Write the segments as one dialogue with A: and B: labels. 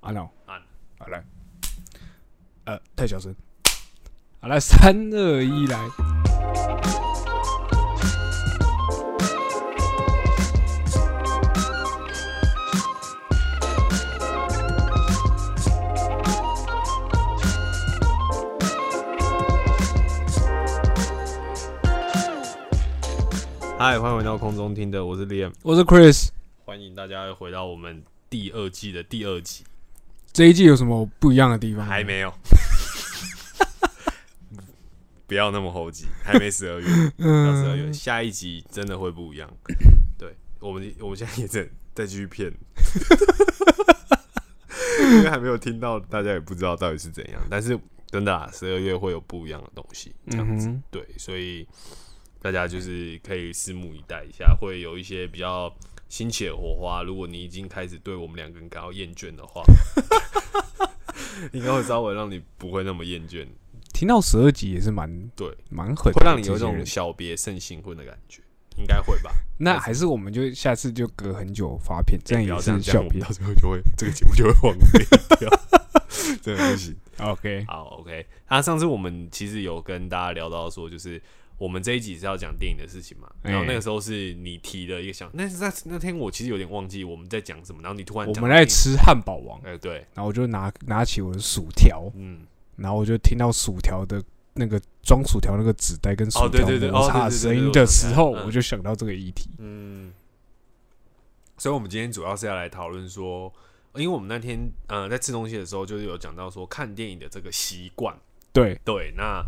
A: 按了，
B: 按，
A: 好来，呃，太小声，好来，三二一，来，
B: 嗨，欢迎回到空中听的，我是 Liam，
A: 我是 Chris，
B: 欢迎大家回到我们第二季的第二集，
A: 这一季有什么不一样的地方？
B: 还，没有， 不要那么猴急，还没十 二月，到十二月，
A: 嗯，
B: 下一集真的会不一 样。对我们，我们现在也在再继续骗，因为还没有听到，大家也不知道到底是怎样。但是真的啊，十二月会有不一样的东西，这样子。
A: 嗯
B: 对，所以大家就是可以拭目以待一下，会有一些比较新奇的火花。如果你已经开始对我们两个人感到厌倦的话， 应该会稍微让你不会那么厌倦，
A: 听到十二集也是蛮
B: 对，
A: 蛮狠的，
B: 会让你有
A: 这些
B: 一种
A: 人
B: 小别胜新婚的感觉，应该会吧？
A: 那还是我们就下次就隔很久发片，这
B: 欸
A: 样
B: 不
A: 也
B: 要这
A: 是
B: 样讲，
A: 小
B: 我们
A: 片
B: 到。最后就会这个节目就会荒废掉， 真的不啊行。
A: OK，
B: 好，OK。那上次我们其实有跟大家聊到说，就是我们这一集是要讲电影的事情嘛。然后
A: 哎
B: 那个时候是你提的一个想，那那那天我其实有点忘记我们在讲什么，然后你突然
A: 我
B: 讲
A: 们
B: 到
A: 在
B: 电影，
A: 吃汉堡王，
B: 哎、对，
A: 然后我就拿拿起我的薯条，
B: 嗯，
A: 然后我就听到薯条的那个装薯条那个纸袋跟薯
B: 哦对
A: 条
B: 对对
A: 摩
B: 哦对对
A: 擦
B: 对对
A: 声
B: 对
A: 音
B: 我
A: 的
B: 想起
A: 时
B: 来
A: 候，
B: 嗯
A: 我就想到这个议题。
B: 嗯，所以我们今天主要是要来讨论说，因为我们那天呃在吃东西的时候，就是有讲到说看电影的这个习惯。
A: 对，
B: 对，那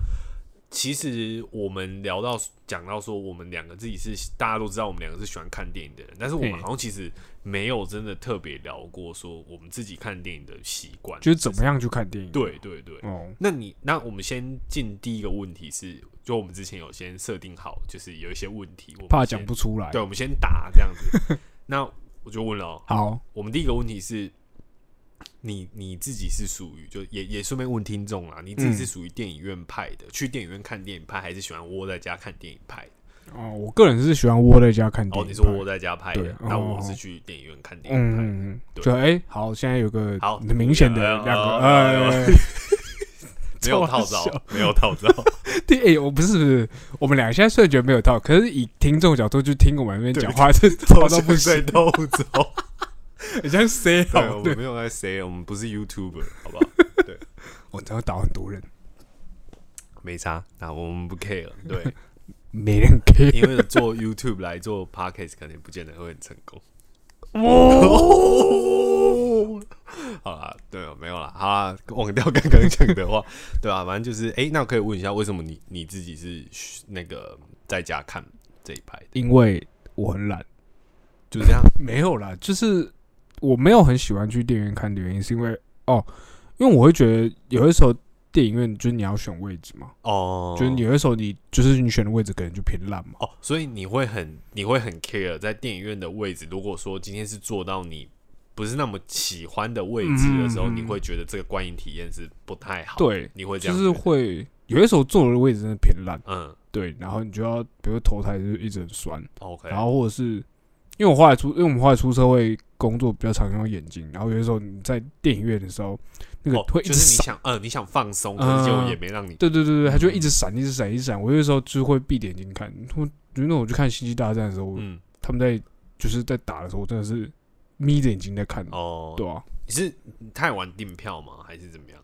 B: 其实我们聊到讲到说，我们两个自己是大家都知道，我们两个是喜欢看电影的人，但是我们
A: 嘿
B: 好像其实没有真的特别聊过说我们自己看电影的习惯，
A: 就是怎么样去看电影？
B: 对对对。
A: 哦，
B: 那你那我们先进第一个问题是，就我们之前有先设定好，就是有一些问题，我们
A: 怕
B: 先
A: 讲不出来
B: 对，。我们先答这样子。 那我就问了、哦，
A: 好，
B: 我们第一个问题是，你你自己是属于就也也顺便问听众啦，你自己
A: 嗯
B: 是属于电影院派的，去电影院看电影派，还是喜欢窝在家看电影派的？
A: 哦，我个人是喜欢窝在家看电
B: 哦，
A: 影。
B: 你是窝在家派
A: 对
B: 的，那我
A: 哦
B: 是去电影院看电影派的。
A: 嗯嗯嗯，
B: 对
A: 就哎，好，现在有个
B: 好
A: 很明显的
B: 哎呦
A: 两个
B: 哎呦
A: 呃，
B: 没有
A: 超好
B: 套
A: 笑
B: 招，没有套 招，
A: 对，哎，我不是不是，我们俩现在虽然觉得没有套，可是以听众角度去听我们那边
B: 对
A: 讲话，这套到不
B: 被
A: 行，
B: 偷走。
A: 很像 C
B: 对，我
A: 好， 对
B: 们，没有在 say，我们不是 YouTuber，好不好？ 对，
A: 我只要打很多人，
B: 没差，那我们不 care。对，
A: 没人给。
B: 因为做 YouTube 来做 Podcast，可能不见得会很成功。
A: 哦，
B: 好啦，对，没有啦，好啦，忘掉刚刚讲的 话，对啊，反正就是，哎、那我可以问一下，为什么你你自己是那个在家看这一派的？
A: 因为我很懒，
B: 就这样，
A: 没有啦，就是我没有很喜欢去电影院看的原因，是因为哦，因为我会觉得有的时候电影院就是你要选位置嘛，
B: 哦，
A: 就是有的时候你就是你选的位置可能就偏烂嘛，
B: 哦，所以你会很你会很 care 在电影院的位置。如果说今天是坐到你不是那么喜欢的位置的时候，
A: 嗯嗯嗯
B: 你会觉得这个观影体验是不太好，，
A: 对，
B: 你会这
A: 就
B: 样
A: 是
B: 觉得，
A: 会有的时候坐的位置真的偏烂，
B: 嗯哦
A: 对，然后你就要比如头抬就一直很酸，
B: ，OK，
A: 然后或者是。因为我后来出，因为我们后来出社会工作比较常用眼睛，然后有的时候你在电影院的时候，那个
B: 哦，
A: 会一
B: 就
A: 直
B: 是你
A: 闪，
B: 想，呃，你想放松，可是结果
A: 嗯
B: 也没让你，
A: 对对对对，它就一直闪，一直闪，一直闪。我有的时候就会闭着眼睛看，我就那种我去看《星际大战》的时候，我
B: 嗯，
A: 他们在就是在打的时候，我真的是眯着眼睛在看，
B: 哦，
A: 对啊，
B: 你是太晚订票吗？还是怎么样？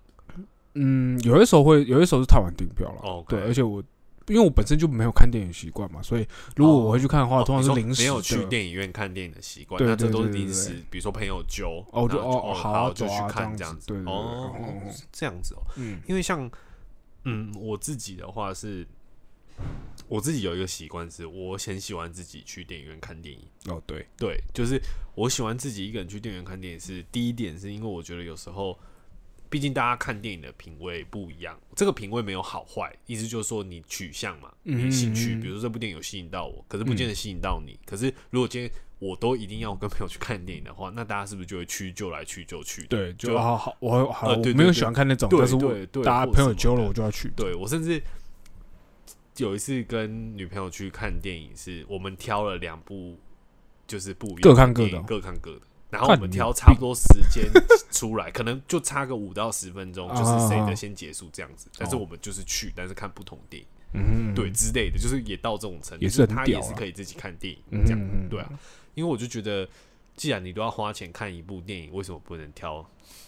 A: 嗯，有的时候会，有的时候是太晚订票了，
B: 哦 OK
A: 对，而且我因为我本身就没有看电影习惯嘛，所以如果我会去看的话，
B: 哦
A: 通常
B: 你
A: 是
B: 说
A: 临时
B: 没有
A: 的
B: 去电影院看电影的习惯，
A: 对
B: 那这
A: 对
B: 都是
A: 对对
B: 临
A: 对
B: 时，比如说朋友揪，
A: 哦我就
B: 然后
A: 哦
B: 哦
A: 好啊
B: 好
A: 走
B: 就去
A: 啊
B: 看
A: 这样
B: 样
A: 子对对对
B: 哦
A: 哦哦哦
B: 这样子哦，
A: 嗯
B: 因为像嗯我自己的话是，我自己有一个习惯是，我很喜欢自己去电影院看电影。
A: 哦对，
B: 对，就是我喜欢自己一个人去电影院看电影是第一点，是因为我觉得有时候，毕竟大家看电影的品味不一样，这个品味没有好坏，意思就是说你取向嘛，你的兴
A: 嗯
B: 趣，
A: 嗯嗯
B: 比如说这部电影有吸引到我，可是不见得吸引到你。可是如果今天我都一定要跟朋友去看电影的话，那大家是不是就会屈就来屈就去？
A: 对，就
B: 就
A: 好好我好
B: 呃
A: 我
B: 对对
A: 没有
B: 对
A: 喜欢看那种，
B: 对
A: 但是我
B: 对对
A: 大家
B: 或
A: 朋友
B: 什么
A: 揪了
B: 的
A: 我就要去，
B: 对我甚至有一次跟女朋友去看电影是，我们挑了两部，就是不一样
A: 各看
B: 的
A: 各的
B: 电
A: 哦
B: 影各看各的。然后我们挑差不多时间出来，可能就差个五到十分
A: 啊
B: 钟，就是谁的先结束这样子。但是我们就是去，但是看不同电影，
A: 哦嗯，
B: 对之类的，就是也到这种程度，
A: 也
B: 就是
A: 很
B: 他
A: 屌
B: 也是
A: 啊
B: 可以自己看电影
A: 嗯，
B: 这样，
A: 嗯
B: 对啊。因为我就觉得，既然你都要花钱看一部电影，为什么不能挑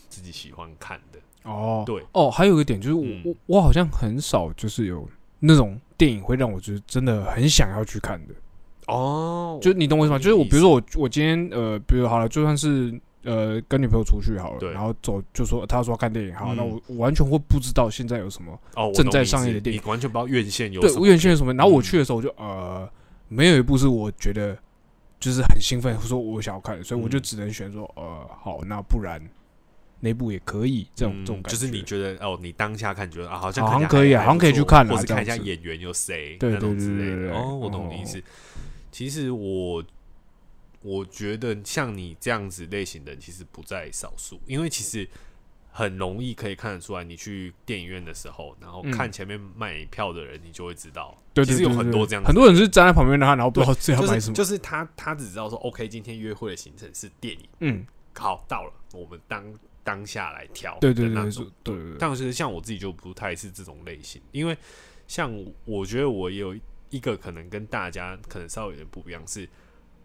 B: 自己喜欢看的？
A: 哦，
B: 对
A: 哦，还有一个点就是我、
B: 嗯
A: 我我好像很少就是有那种电影会让我就是真的很想要去看的，
B: 哦
A: 就你懂我意思吗？
B: 懂你
A: 就是我
B: 意
A: 比如说我我今天呃，比如好了，就算是呃跟女朋友出去好了，
B: 对
A: 然后走就说她说要看电影，好，
B: 嗯
A: 那我我完全会不知道现在有什么
B: 哦，我
A: 正
B: 懂
A: 在
B: 你意
A: 上映
B: 思
A: 的电影
B: 你完全不知道院线有
A: 对
B: 什么
A: 院线有什么，然后我去
B: 嗯
A: 的时候我就呃没有一部是我觉得就是很兴奋，说我想要看的，所以我就
B: 嗯
A: 只能选说呃好，那不然那部也可以这种、这种
B: 嗯
A: 感觉，
B: 就是你觉得哦，你当下看觉得啊，好像
A: 好
B: 看
A: 像
B: 起来
A: 可以啊
B: 还
A: 好像可以去
B: 不错
A: 看啊
B: 或者看一下
A: 这样子
B: 演员有谁
A: 对
B: 那种
A: 对对
B: 之
A: 对
B: 类
A: 对
B: 的。
A: 对
B: 哦，我懂你意思。其实我我觉得像你这样子类型的人其实不在少数，因为其实很容易可以看得出来，你去电影院的时候，然后
A: 嗯
B: 看前面卖票的人，你就会知道，
A: 对
B: 其
A: 对
B: 实
A: 对
B: 有
A: 对
B: 很多这样子
A: 很
B: 的
A: 多人是站在旁边的哎他，然后不知道自己要
B: 就
A: 买
B: 是
A: 什么，
B: 就是他他只知道说，OK，今天约会的行程是电影，
A: 嗯，
B: 好到了，我们当当下来挑的
A: 对
B: 哦那
A: 对
B: 种，
A: 对对对对对，
B: 但是像我自己就不太是这种类型，因为像我觉得我有一个可能跟大家可能稍微有点不一样，是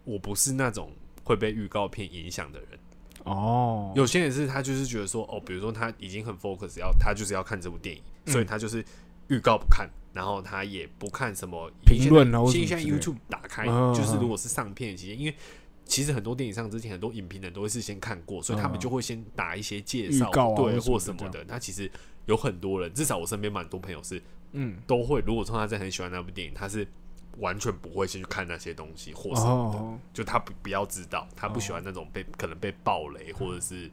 B: 我不是那种会被预告片影响的人。
A: 哦，
B: 有些人是他就是觉得说，哦，比如说他已经很 focus，要他就是要看这部电影，
A: 嗯
B: 所以他就是预告不看，然后他也不看什么
A: 评论啊或什
B: 现
A: 么
B: 在
A: 之类的
B: YouTube 打开，
A: 嗯
B: 就是如果是上片期间，因为。其实很多电影上之前，很多影评人都会事先看过，所以他们
A: 嗯
B: 就会先打一些介绍，
A: 预告啊
B: 对
A: 或什么
B: 或
A: 的
B: 什么
A: 这
B: 的。那其实有很多人，至少我身边蛮多朋友是
A: 嗯，
B: 都会，如果说他真的很喜欢那部电影，他是完全不会先去看那些东西或什么的。
A: 哦，
B: 就他不不要知道，他不喜欢那种被、可能被暴雷或者是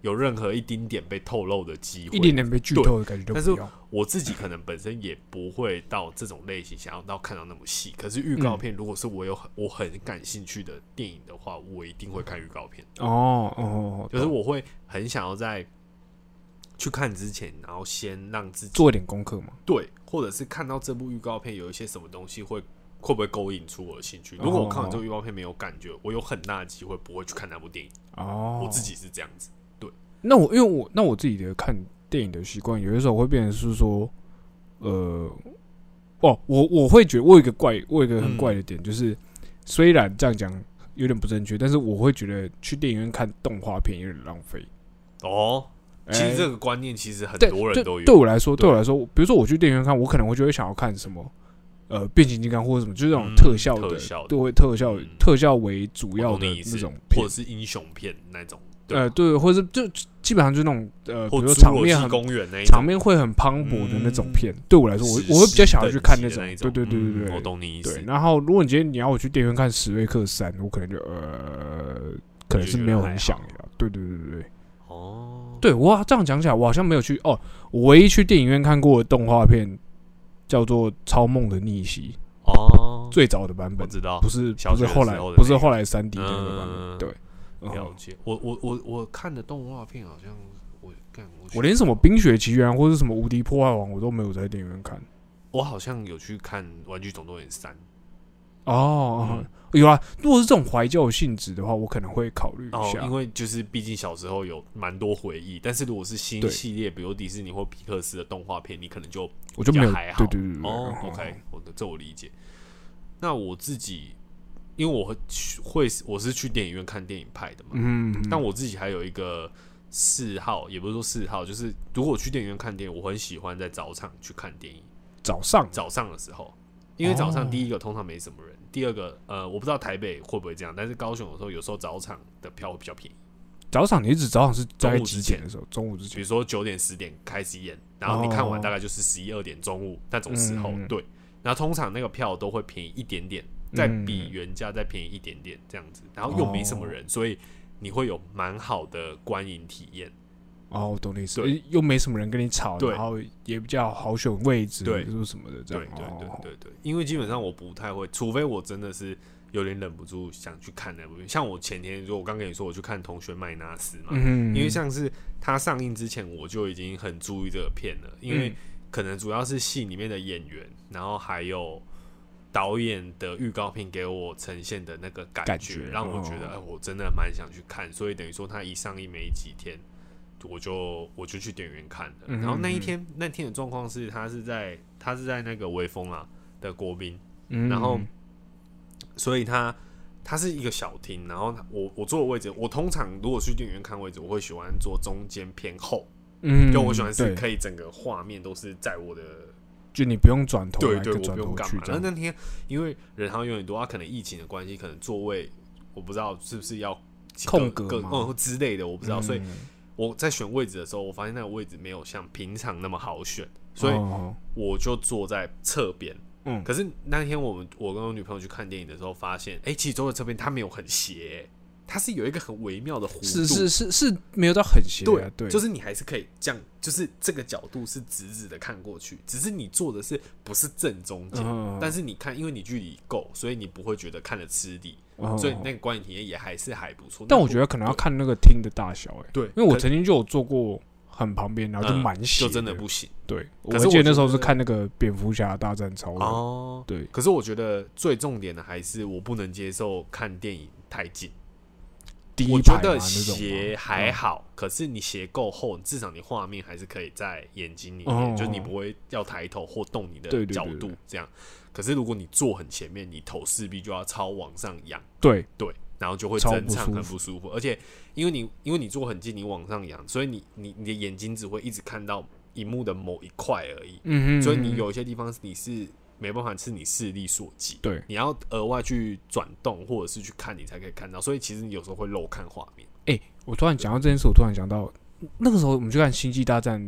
B: 有任何一丁点被透露的机会。
A: 一点点被剧透的感觉都
B: 但
A: 不
B: 是
A: 要
B: 我自己可能本身也不会到这种类型，想要到看到那么细。可是预告
A: 嗯
B: 片，如果是我有很我很感兴趣的电影的话，我一定会看预告片。
A: 哦哦哦，
B: 就是
A: 懂
B: 我会很想要在去看之前，然后先让自己
A: 做一点功课嘛，
B: 对，或者是看到这部预告片有一些什么东西会会不会勾引出我的兴趣？如果我看完这部预告片没有感觉，我有很大的机会不会去看那部电影。
A: 哦，
B: 我自己是这样子，
A: 那我因为我那我自己的看电影的习惯，有的时候会变成是说，呃，哦，我我会觉得我有一个怪，我有一个很
B: 嗯
A: 怪的点，就是虽然这样讲有点不正确，但是我会觉得去电影院看动画片有点浪费。
B: 哦。其
A: 哎
B: 实这个观念其实很
A: 对
B: 多人
A: 对
B: 都有，
A: 对我来说，对
B: 对
A: 我来说，比如说我去电影院看，我可能会就会想要看什么，呃，变形金刚或者什么，就是那种
B: 嗯
A: 特效
B: 特
A: 的
B: 效，的
A: 对，会特效
B: 嗯
A: 特效为主
B: 我
A: 要
B: 懂
A: 的
B: 你意思
A: 那种
B: 或
A: 片
B: 者，是英雄片那种，对
A: 呃，
B: 吧，
A: 对，或者是就基本上就是那种呃，比
B: 或
A: 如说
B: 侏
A: 场
B: 罗
A: 面
B: 纪
A: 很
B: 公园那一
A: 场
B: 种，
A: 面会很磅礴的那种片，对我来说，我
B: 史
A: 我会比较
B: 诗
A: 想要去
B: 嗯等
A: 看
B: 级
A: 那
B: 的那一
A: 对对对对
B: 嗯
A: 对，
B: 我懂你意思
A: 对，，然后如果你今天你要我去电影院看《史瑞克三》，我可能就呃，可能是没有很想
B: 就觉
A: 要。对对对对对，
B: 哦，
A: 对我这样讲起来，我好像没有去哦。我唯一去电影院看过的动画片叫做《超梦的逆袭
B: 哦》，，
A: 最早的版
B: 我
A: 本，
B: 知道
A: 不，是
B: 小
A: 不是
B: 学的
A: 后
B: 时
A: 来
B: 候的
A: 不是
B: 那个
A: 后来三 D 的那个版本。
B: 嗯
A: 对，嗯
B: 了解。我我我我看的动画片好像我干我
A: 我连什么《
B: 冰，
A: 冰雪奇缘》或者什么《无敌破坏王》我都没有在电影院看。
B: 我好像有去看《玩具总动员三》，
A: 哦，
B: 嗯
A: 有啊。如果是这种怀旧性质的话，我可能会考虑一
B: 哦，
A: 下。
B: 因为就是毕竟小时候有蛮多回忆，但是如果是新
A: 对
B: 系列，比如迪士尼或皮克斯的动画片，你可能就
A: 我就没有
B: 比较还好
A: 对对对对对
B: 哦
A: 嗯嗯
B: ，OK，我的这我理解。那我自己，因为我会会我是去电影院看电影派的嘛，
A: 嗯，
B: 但我自己还有一个嗜好，也不是说嗜好，就是如果我去电影院看电影，我很喜欢在早场去看电影。
A: 早上
B: 早上的时候，因为早
A: 哦
B: 上第一个通常没什么人，第二个呃，我不知道台北会不会这样，但是高雄有时候有时候早场的票会比较便宜，
A: 早上你指早上是在
B: 中午
A: 几
B: 之
A: 点
B: 前
A: 的时候？中午之
B: 比
A: 前
B: 如说九点十点开始演，然后你看完
A: 哦
B: 大概就是十一二点中午那种时候，
A: 嗯嗯嗯嗯
B: 对，然后通常那个票都会便宜一点点，再比原价再便宜一点点这样子，然后又没什么
A: 哦
B: 人，所以你会有蛮好的观影体验。
A: 哦，我懂你意思，
B: 对
A: 又没什么人跟你吵，
B: 对
A: 然后也比较好选位置，
B: 对
A: 就是什么的这
B: 对
A: 样。
B: 对对
A: 哦，
B: 对对，因为基本上我不太会，除非我真的是有点忍不住想去看那部片。像我前天，就我刚跟你说，我去看《同学麦纳斯》嘛，
A: 嗯，
B: 因为像是它上映之前，我就已经很注意这个片了，因为
A: 嗯
B: 可能主要是戏里面的演员，然后还有导演的预告片给我呈现的那个感觉，
A: 感觉
B: 让我觉得
A: 哦
B: 哎、我真的蛮想去看。所以等于说，它一上映没几天，我就我就去电影院看了。
A: 嗯哼
B: 然后那一
A: 嗯哼
B: 天那天的状况是，他是在他是在那个微风啊的国宾，
A: 嗯
B: 然后所以它它是一个小厅，然后我我坐的位置，我通常如果去电影院看位置，我会喜欢坐中间偏后，
A: 嗯，
B: 就我喜欢是
A: 对
B: 可以整个画面都是在我的，
A: 就你不用转头
B: 对
A: 来，
B: 对，
A: 跟
B: 我
A: 转
B: 不用
A: 头
B: 干
A: 去
B: 嘛。
A: 这
B: 然后
A: 样。
B: 那天因为人好像有点多，他啊可能疫情的关系，可能座位我不知道是不是要
A: 空
B: 更
A: 格
B: 更
A: 吗
B: 嗯之类的，我不知道，所以
A: 嗯
B: 我在选位置的时候，我发现那个位置没有像平常那么好选，所以
A: 哦
B: 我就坐在侧边。
A: 嗯
B: 可是那天我们我跟我女朋友去看电影的时候，发现，哎、其实坐在侧边它没有很斜、它是有一个很微妙的弧度，
A: 是是是是没有到很斜
B: 对
A: 啊，对，
B: 就是你还是可以这样，就是这个角度是直直的看过去，只是你坐的是不是正中间，
A: 嗯
B: 但是你看，因为你距离够，所以你不会觉得看的吃力，
A: 哦
B: 所以那个观影体验也还是还不错。
A: 但
B: 那
A: 我觉得可能要看那个厅的大小，哎，
B: 对，
A: 因为我
B: 可
A: 曾经就有坐过很旁边，然后就
B: 嗯
A: 蛮斜，
B: 就真的不行
A: 对。
B: 可
A: 我
B: 是我
A: 记得那时候
B: 觉
A: 是
B: 得
A: 看那个蝙蝠侠大战超人，
B: 哦。
A: 对，
B: 可是我觉得最重点的还是我不能接受看电影太近。
A: 第
B: 我
A: 一排
B: 觉
A: 嘛
B: 得
A: 那种嗯
B: 鞋
A: 嘛，
B: 还好，可是你鞋够厚，至少你画面还是可以在眼睛里面，
A: 哦
B: 就是你不会要抬头或动你
A: 对
B: 的
A: 对对
B: 角
A: 对
B: 度
A: 对
B: 这样。可是如果你坐很前面，你头势必就要超往上仰，
A: 对，
B: 对，然后就会
A: 超
B: 整
A: 不
B: 场
A: 舒
B: 很
A: 服
B: 不舒服。而且因为你因为你坐很近，你往上仰，所以你你你的眼睛只会一直看到荧幕的某一块而已，
A: 嗯哼，
B: 所以你
A: 嗯
B: 有一些地方是你是没办法是你视力所及。
A: 对
B: 你要额外去转动，或者是去看，你才可以看到。所以其实你有时候会漏看画面。
A: 哎、我突然讲到这件事，我突然想到那个时候我们去看《星际大战》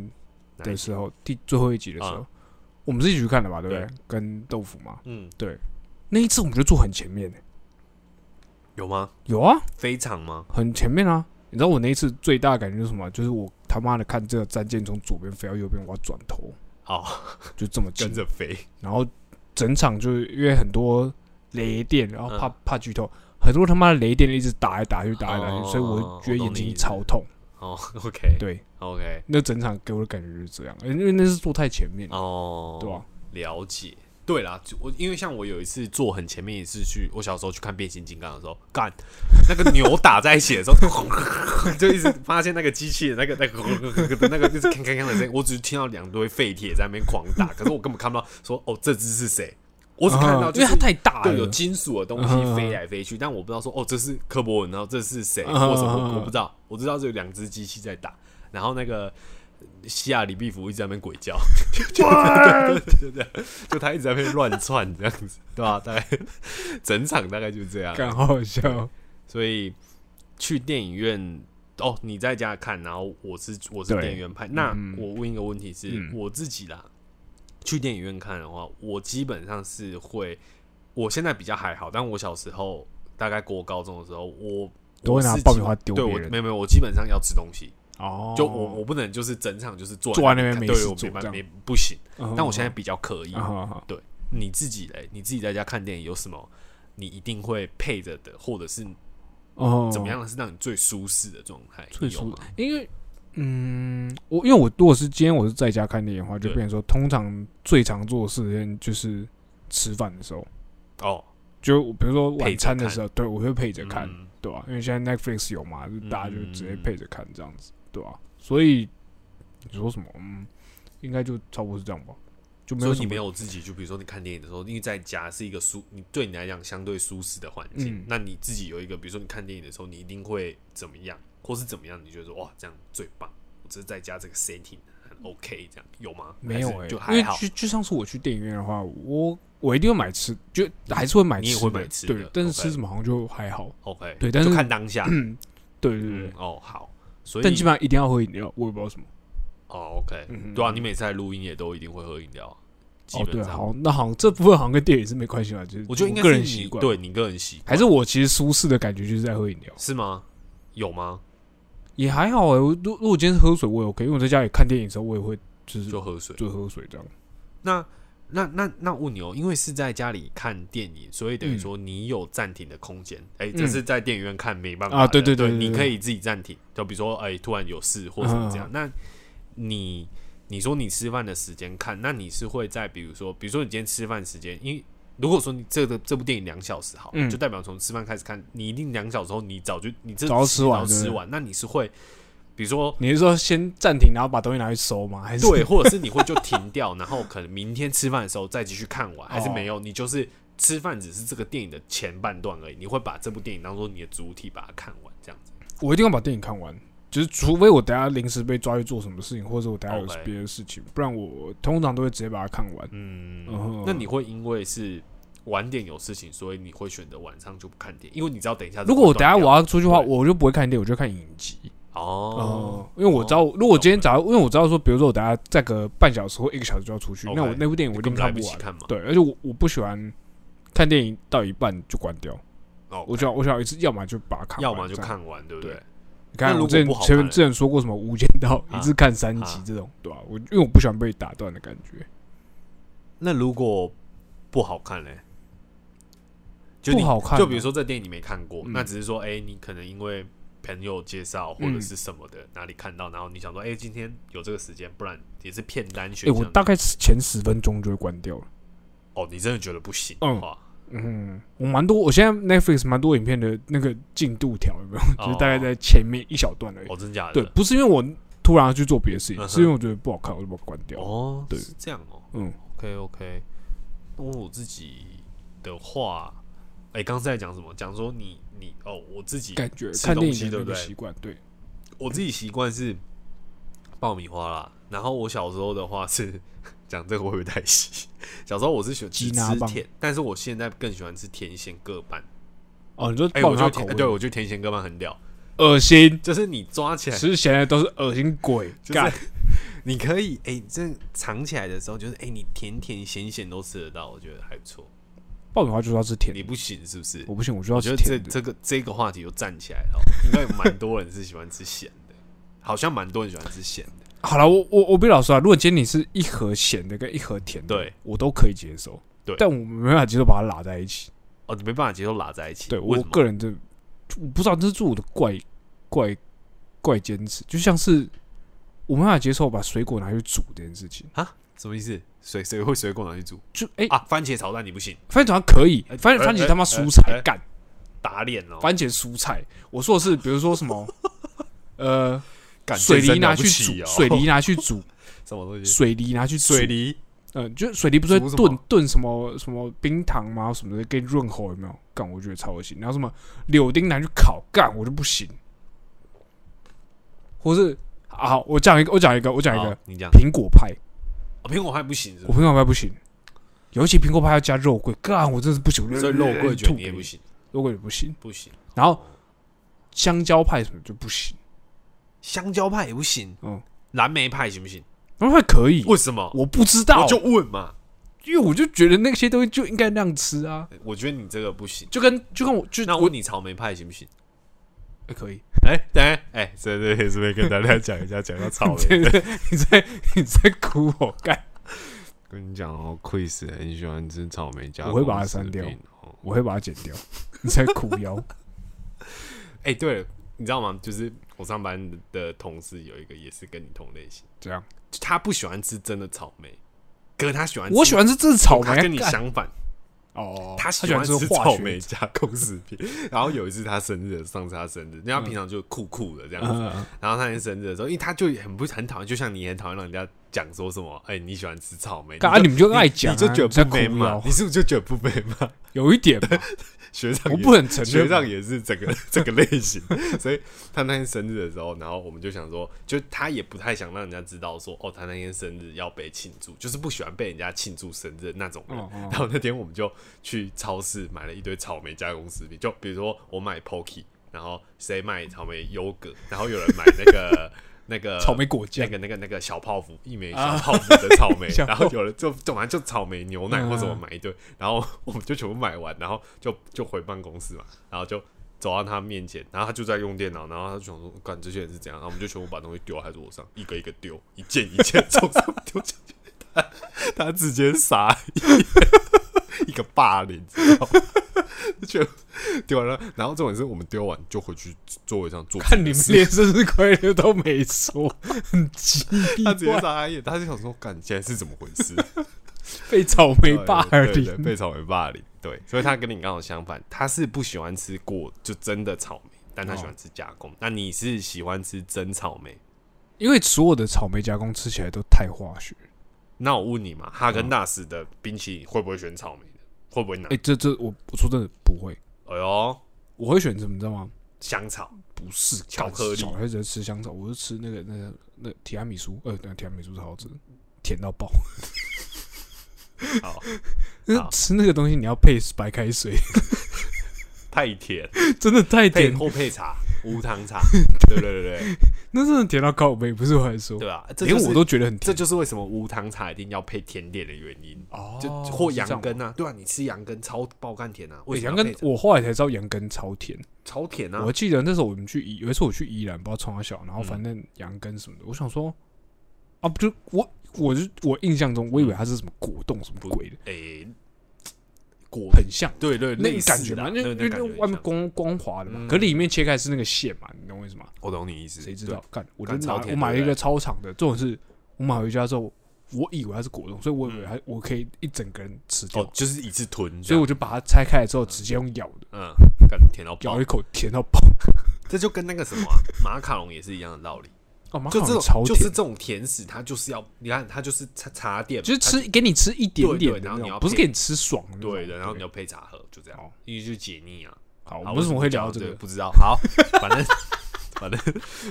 B: 哪一
A: 的时候，第最后一集的时候，
B: 嗯
A: 我们是一起去看的吧？对不对？
B: 对
A: 跟豆腐嘛，
B: 嗯，
A: 那一次我们就坐很前面、欸，
B: 有吗？
A: 有啊，
B: 非常吗？
A: 很前面啊。你知道我那一次最大的感觉是什么？就是我他妈的看这个战舰从左边飞到右边，我要转头，
B: 哦，
A: 就这么近
B: 跟。着飞。
A: 然后整场就是因为很多雷电，然后怕、
B: 嗯
A: 怕剧透，很多他妈的雷电一直打来打去，打来打去，
B: 哦
A: 所以我觉得眼睛超痛。
B: 哦，OK，
A: 对，
B: ，OK，
A: 那整场给我的感觉就是这样，因为那是坐太前面了，
B: 哦，
A: 对吧、
B: 了解。对啦，就我因为像我有一次坐很前面，也是去我小时候去看变形金刚的时候，干那个牛打在一起的时候， 就一直发现那个机器的那个那 个的那个就是铿铿铿的声音，我只是听到两堆废铁在那边狂打，可是我根本看不到说哦这只是谁，我只看到
A: 啊
B: 就
A: 因为
B: 是
A: 它太大
B: 对，有
A: 了，
B: 金属的东西飞来飞去，但我不知道说哦，这是科博文，然后这是谁，
A: 嗯嗯
B: 或什么
A: 嗯，嗯
B: 我不知道，我知道这有两只机器在打，然后那个西亚里毕福一直在那边鬼叫，就就对对对对对，就他一直在那边乱窜这样子，对吧、大概整场大概就这样，
A: 感好好笑。
B: 所以去电影院哦，你在家看，然后我是我是
A: 对
B: 电影院派。那
A: 嗯
B: 我问一个问题是，
A: 嗯
B: 我自己啦，去电影院看的话，我基本上是会，我现在比较还好，但我小时候大概过高中的时候，我
A: 都会
B: 我
A: 拿
B: 是
A: 爆
B: 基
A: 米花丢
B: 对
A: 别
B: 我
A: 人
B: 没有没有，我基本上要吃东西，
A: 哦，
B: 就我我不能就是整场就是坐
A: 坐在那
B: 那
A: 边
B: 看
A: 没
B: 对
A: 事
B: 我
A: 做
B: 没办法
A: 这
B: 没
A: 样
B: 不行。
A: 嗯，
B: 但我现在比较刻意，
A: 啊好好
B: 你自己嘞，你自己在家看电影有什么你一定会配着的，或者是
A: 哦，
B: 怎么？样是让你最舒适的状态？
A: 最
B: 你有
A: 舒
B: 吗
A: 因为嗯，我因为我如果是今天我是在家看电影的话，就
B: 对
A: 变成说，通常最常做的事情就是吃饭的时候，
B: 哦，
A: 就比如说
B: 配
A: 晚
B: 着
A: 餐的
B: 看
A: 时候，对我会配着看，
B: 嗯
A: 对吧、因为现在 Netflix 有嘛，就大家就直接
B: 嗯
A: 配着看这样子，对吧、所以你说什么？嗯，应该就差不多是这样吧，就没
B: 所
A: 有
B: 以
A: 什
B: 你
A: 么
B: 没有自己，就比如说你看电影的时候，因为在家是一个舒，你对你来讲相对舒适的环境
A: 嗯。
B: 那你自己有一个，比如说你看电影的时候，你一定会怎么样，或是怎么样？你觉得说哇，这样最棒，我这是在家这个 setting 很 OK，这样有吗？
A: 没有
B: 还是
A: 哎、
B: 就
A: 因为
B: 还好。
A: 就就上次我去电影院的话，我我一定会买吃，就还是会买
B: 你
A: 吃
B: 也
A: 的，
B: 会买吃的
A: 对，但是
B: OK
A: 吃什么好像就还好，
B: OK，
A: 对但是
B: 就看当下。
A: 对对对
B: 嗯，哦，好，所以
A: 但基本上一定要喝饮料，我也不知道什么。
B: 哦，OK，
A: 嗯哼
B: 对啊，你每次来录音也都一定会喝饮料，基
A: 哦，对
B: 本
A: 啊，
B: 上，
A: 好，那好像这部分好像跟电影是没关系吧？就是
B: 我觉得应该
A: 个
B: 是
A: 人
B: 你
A: 习惯，，
B: 对你个人习惯
A: 还是我其实舒适的感觉就是在喝饮料，
B: 是吗？有吗？
A: 也还好哎、我如如果今天是喝水，我也 OK，因为我在家里看电影的时候，我也会就是
B: 就喝水。
A: 就喝水这样。
B: 那那那那问你哦，因为是在家里看电影，所以等
A: 嗯
B: 于说你有暂停的空间。哎、这是在电影院看没办法的
A: 啊对对
B: 对
A: 对对对啊
B: 你可以自己暂停。就比如说，哎、突然有事或什么这样。那你你说你吃饭的时间看，那你是会在比如说，比如说你今天吃饭时间，因为如果说你这个这部电影两小时好，
A: 嗯
B: 就代表从吃饭开始看，你一定两小时后你早就你这
A: 早吃完
B: 早
A: 对
B: 吃
A: 不对
B: 完，那你是会，比如说
A: 你是说先暂停，然后把东西拿去收吗？还是
B: 对，或者是你会就停掉， 然后可能明天吃饭的时候再继续看完，还是
A: 哦
B: 没有？你就是吃饭只是这个电影的前半段而已，你会把这部电影当做你的主体把它看完，这样子。
A: 我一定要把电影看完，就是除非我等下临时被抓去做什么事情，或者我等下有
B: OK
A: 别的事情，不然我通常都会直接把它看完。
B: 嗯
A: 嗯，
B: 那你会因为是晚点有事情，所以你会选择晚上就不看电影，因为你知道等一下。
A: 如果我等下我
B: 我
A: 要出去的话，
B: 对
A: 我就不会看电影，我就看影集。
B: 哦
A: 哦，，因为我知道，如果我今天
B: 懂
A: 早上，因为我知道说，比如说我等下再个半小时或一个小时就要出去，
B: OK
A: 那我那部电影我一定
B: 根本来
A: 看
B: 不
A: 不
B: 及
A: 完。
B: 看嘛。
A: 对，而且我我不喜欢看电影到一半就关掉，
B: 哦，
A: 我就要我想要一次，要么就把它看完，
B: 要么就
A: 这样。
B: 看完，对不对
A: 对？你看
B: 那如
A: 我
B: 果
A: 之
B: 不
A: 前
B: 好
A: 前
B: 看
A: 面之前说过什么《无间道》，
B: 啊
A: 一次看三集
B: 啊
A: 这种，对吧？我因为我不喜欢被打断的感觉。
B: 那如果不好看嘞，就
A: 不
B: 你
A: 好看
B: 就
A: 哦
B: 比如说这电影你没看过，
A: 嗯
B: 那只是说，哎、你可能因为朋友介绍或者是什么
A: 嗯
B: 的、哪里看到，然后你想说，哎、今天有这个时间，不然也是片单选
A: 哎，
B: 项、
A: 我大概前十分钟就会关掉了。
B: 哦，你真的觉得不行的
A: 嗯
B: 话，
A: 嗯，我蛮多，我现在 Netflix 蛮多影片的那个进度条有没有？
B: 哦
A: 就是大概在前面一小段而已。
B: 哦，真假的？
A: 对，不是因为我突然要去做别的事
B: 嗯哼
A: 情，是因为我觉得不好看，我就把它关掉。
B: 哦，
A: 对
B: 是这样哦。
A: 嗯，
B: OK OK，那我自己的话，哎、刚才在讲什么？讲说你你哦，我自己
A: 感觉
B: 吃
A: 看电
B: 东西
A: 影的
B: 对
A: 那
B: 不
A: 个
B: 对
A: 习惯，对，
B: 我自己习惯是爆米花啦，然后我小时候的话是 讲这个会不会太细？ 小时候我是喜欢
A: 鸡
B: 只
A: 拿
B: 吃
A: 棒
B: 甜，但是我现在更喜欢吃甜咸各半。
A: 哦，你说
B: 哎、
A: 爆
B: 我
A: 米
B: 觉
A: 花
B: 得
A: 口
B: 甜，
A: 味，
B: 对我觉得甜咸各半很屌，
A: 恶心，
B: 就是你抓起来，
A: 吃咸的都是恶心鬼，
B: 就是
A: 干，
B: 你可以哎、这藏起来的时候，就是哎、你甜甜咸咸都吃得到，我觉得还不错。
A: 爆米花就是要吃甜的
B: 你，不行是不是？
A: 我不信，我就
B: 我
A: 要
B: 觉
A: 吃
B: 得这
A: 甜的。
B: 这个这个话题又站起来了哦，应该有蛮多人是喜欢吃咸的，好像蛮多人喜欢吃咸的。
A: 好了，我我我必须老实说啊，如果今天你是一盒咸的跟一盒甜的，
B: 对
A: 我都可以接受，
B: 对
A: 但我没办法接受把它拉在一起。
B: 哦，你没办法接受拉在一起，
A: 对
B: 为
A: 我
B: 什么？
A: 个人这我不知道这是我的怪怪怪坚持，就像是我没办法接受把水果拿去煮这件事情。
B: 啊什么意思？水谁会水果拿去煮
A: 就哎、
B: 啊？番茄炒蛋你不行，
A: 番茄好像可以，
B: 哎
A: 番茄
B: 哎
A: 番茄
B: 哎
A: 他妈
B: 哎
A: 蔬菜
B: 哎
A: 干，
B: 打脸哦！
A: 番茄蔬菜。我说的是，比如说什么，呃，
B: 干
A: 水
B: 健
A: 梨
B: 身
A: 拿
B: 了不
A: 去
B: 起
A: 煮，
B: 哦
A: 水 梨拿去煮，
B: 什么东西？
A: 水梨拿去煮
B: 水，梨
A: 嗯，就水梨不是
B: 煮
A: 会
B: 什么
A: 炖炖什么什么冰糖吗？什么的给你润喉有没有？干，我觉得超恶心。然后什么柳丁拿去烤，干我就不行。或是啊，好我讲一个，我讲一个，我讲一
B: 好
A: 个
B: 你讲
A: 苹果派，
B: 哦苹果派不行是不
A: 我苹果派不行，尤其苹果派要加肉桂，干我真是不行，
B: 是，所以肉桂卷
A: 吐
B: 你也
A: 给
B: 不
A: 你
B: 行，
A: 肉桂也不行。
B: 不行。
A: 然后香蕉派什么就不行，
B: 香蕉派也不行，
A: 嗯，
B: 蓝莓派行不行？
A: 然后派可以，
B: 为什么？
A: 我不知道，
B: 哦我就问嘛。
A: 因为我就觉得那些东西就应该那样吃啊，
B: 我觉得你这个不行。
A: 就跟就跟我就
B: 那我
A: 我
B: 问你草莓派行不行？
A: 哎可以，。
B: 哎，等一下哎，这这这边跟大家讲一下，讲到草莓
A: 你在你在哭我干，
B: 跟你讲哦，Quiz 很喜欢吃草莓加
A: 我会把它删掉
B: 工食品哦
A: 我会把它剪 掉，你在哭腰，
B: 哎，对了，你知道吗？就是我上班的同事有一个也是跟你同类型。
A: 这样，
B: 他不喜欢吃真的草莓，可是他喜欢吃。
A: 我喜欢吃这是草莓啊，
B: 他跟你
A: 干
B: 相反，
A: 哦，
B: 他
A: 喜
B: 喜
A: 欢
B: 欢
A: 吃
B: 吃
A: 化
B: 草
A: 学
B: 莓，加工食品。然后有一次他生日，上次他生日，那他平常就酷酷的这样子。
A: 嗯，
B: 然后他那天生日的时候，因为他就很不很讨厌，就像你也很讨厌让人家讲说什么，哎，你喜欢吃草莓，
A: 干啊你们就爱
B: 你
A: 讲啊，
B: 就觉
A: 你在
B: 得
A: 哭
B: 不美嘛
A: 腰？，
B: 你是不是就觉得不美嘛？
A: 有一点吧，
B: 学长
A: 我
B: 也
A: 不能承
B: 学
A: 认
B: 长
A: 嘛，
B: 也是这个 这个类型，所以他那天生日的时候，然后我们就想说，就他也不太想让人家知道说，哦，他那天生日要被庆祝，就是不喜欢被人家庆祝生日那种人。
A: 哦哦
B: 然后那天我们就去超市买了一堆草莓加工食品，就比如说我买 Pocky，然后谁买草莓优格，然后有人买那个那个
A: 草莓果酱啊
B: 那个那个那个小泡芙，一枚小泡芙的草 莓，
A: 小
B: 然
A: 泡
B: 后有人就就反正就草莓牛奶或者我
A: 嗯
B: 买一堆，然后我们就全部买完，然后就就回办公室嘛，然后就走到他面前，然后他就在用电脑，然后他就想说，干这些人是怎样，然后我们就全部把东西丢在他桌上，一个一个丢，一件一件从上丢下去，他他直接傻眼一个霸凌，知道吗？就丢完了，啊然后这种是我们丢完就回去座位上坐。
A: 看你们连生日快乐都没说，很奇
B: 他直接
A: 怪。
B: 傻眼，他就想说，干现在是怎么回事？
A: 被草莓霸
B: 对对
A: 凌
B: 对，被草莓霸凌。对，所以他跟你刚好相反，他是不喜欢吃过就真的草莓，但他喜
A: 哦
B: 欢吃加工。那你是喜欢吃真草莓？
A: 因为所有的草莓加工吃起来都太化学。
B: 那我问你嘛，哈
A: 嗯
B: 根达斯的冰淇淋会不会选草莓的？会不会拿
A: 哎、？这这我我说真的不会，
B: 哎呦，
A: 我会选什么你知道吗？
B: 香草
A: 不是
B: 巧克力
A: 小孩子在吃香草，我是吃那个那个那提拉米苏，呃，那提拉米苏是好吃，甜到爆。
B: 好好
A: 吃那个东西你要配白开水，
B: 太甜，
A: 真的太
B: 配
A: 甜，
B: 或配茶，无糖 茶，对对对对
A: 那真的甜到靠背，不是我还说，
B: 对啊，这
A: 连
B: 就是
A: 我都觉得很
B: 这
A: 甜。
B: 就是为什么无糖茶一定要配甜点的原因。
A: 哦
B: 就或羊羹啊，对啊，你吃羊羹超爆干甜啊，为
A: 欸
B: 什
A: 羊
B: 么要
A: 羹
B: 配这，
A: 我后来才知道羊羹超甜。
B: 超甜啊
A: 我？记得那时候我们去宜，有一次我去宜兰，不知道从哪小，然后反
B: 嗯
A: 正羊羹什么的，我想说，啊，不就我，我就我印象中，我以
B: 嗯
A: 为它是什么果冻什么鬼的，
B: 诶，果
A: 很像
B: 对对，
A: 那
B: 类
A: 个
B: 似
A: 感觉
B: 的
A: 嘛，
B: 啊
A: 因为
B: 那
A: 因
B: 那
A: 为
B: 感
A: 那
B: 觉
A: 外面
B: 像
A: 光光滑的嘛，
B: 嗯
A: 可里面切开是那个馅嘛，你懂我意思吗？
B: 我懂你意思，
A: 谁知道？干，我就
B: 啊干
A: 拿
B: 超甜
A: 我买了
B: 对
A: 一
B: 不对
A: 个超长的，这种是我买回家之后，我以为它是果冻，所以我以为它我可以一整个人吃
B: 对？
A: 掉
B: 嗯哦，，就是一次吞这
A: 所以
B: 样，
A: 我就把它拆开来之后，直接用咬的，
B: 嗯， 感甜到
A: 咬
B: 爆
A: 了一，口，甜到爆。
B: 这就跟那个什么啊 马卡龙也是一样的道理，
A: 哦，马卡
B: 就这
A: 龙
B: 种
A: 超
B: 就是
A: 甜
B: 这，种甜食，它就是要你看它就是茶茶店嘛，
A: 就是
B: 它
A: 吃给你吃一点
B: 对对
A: 点的
B: 然后
A: 那
B: 你
A: 种，
B: 要
A: 不是
B: 配
A: 给你吃爽的那种。
B: 对的，然后你要配茶喝，就这样
A: 好，
B: 因为就解腻啊。
A: 好，我
B: 好，
A: 们为什么会聊
B: 这
A: 这
B: 个？
A: 个？
B: 不知道。好，反正 反正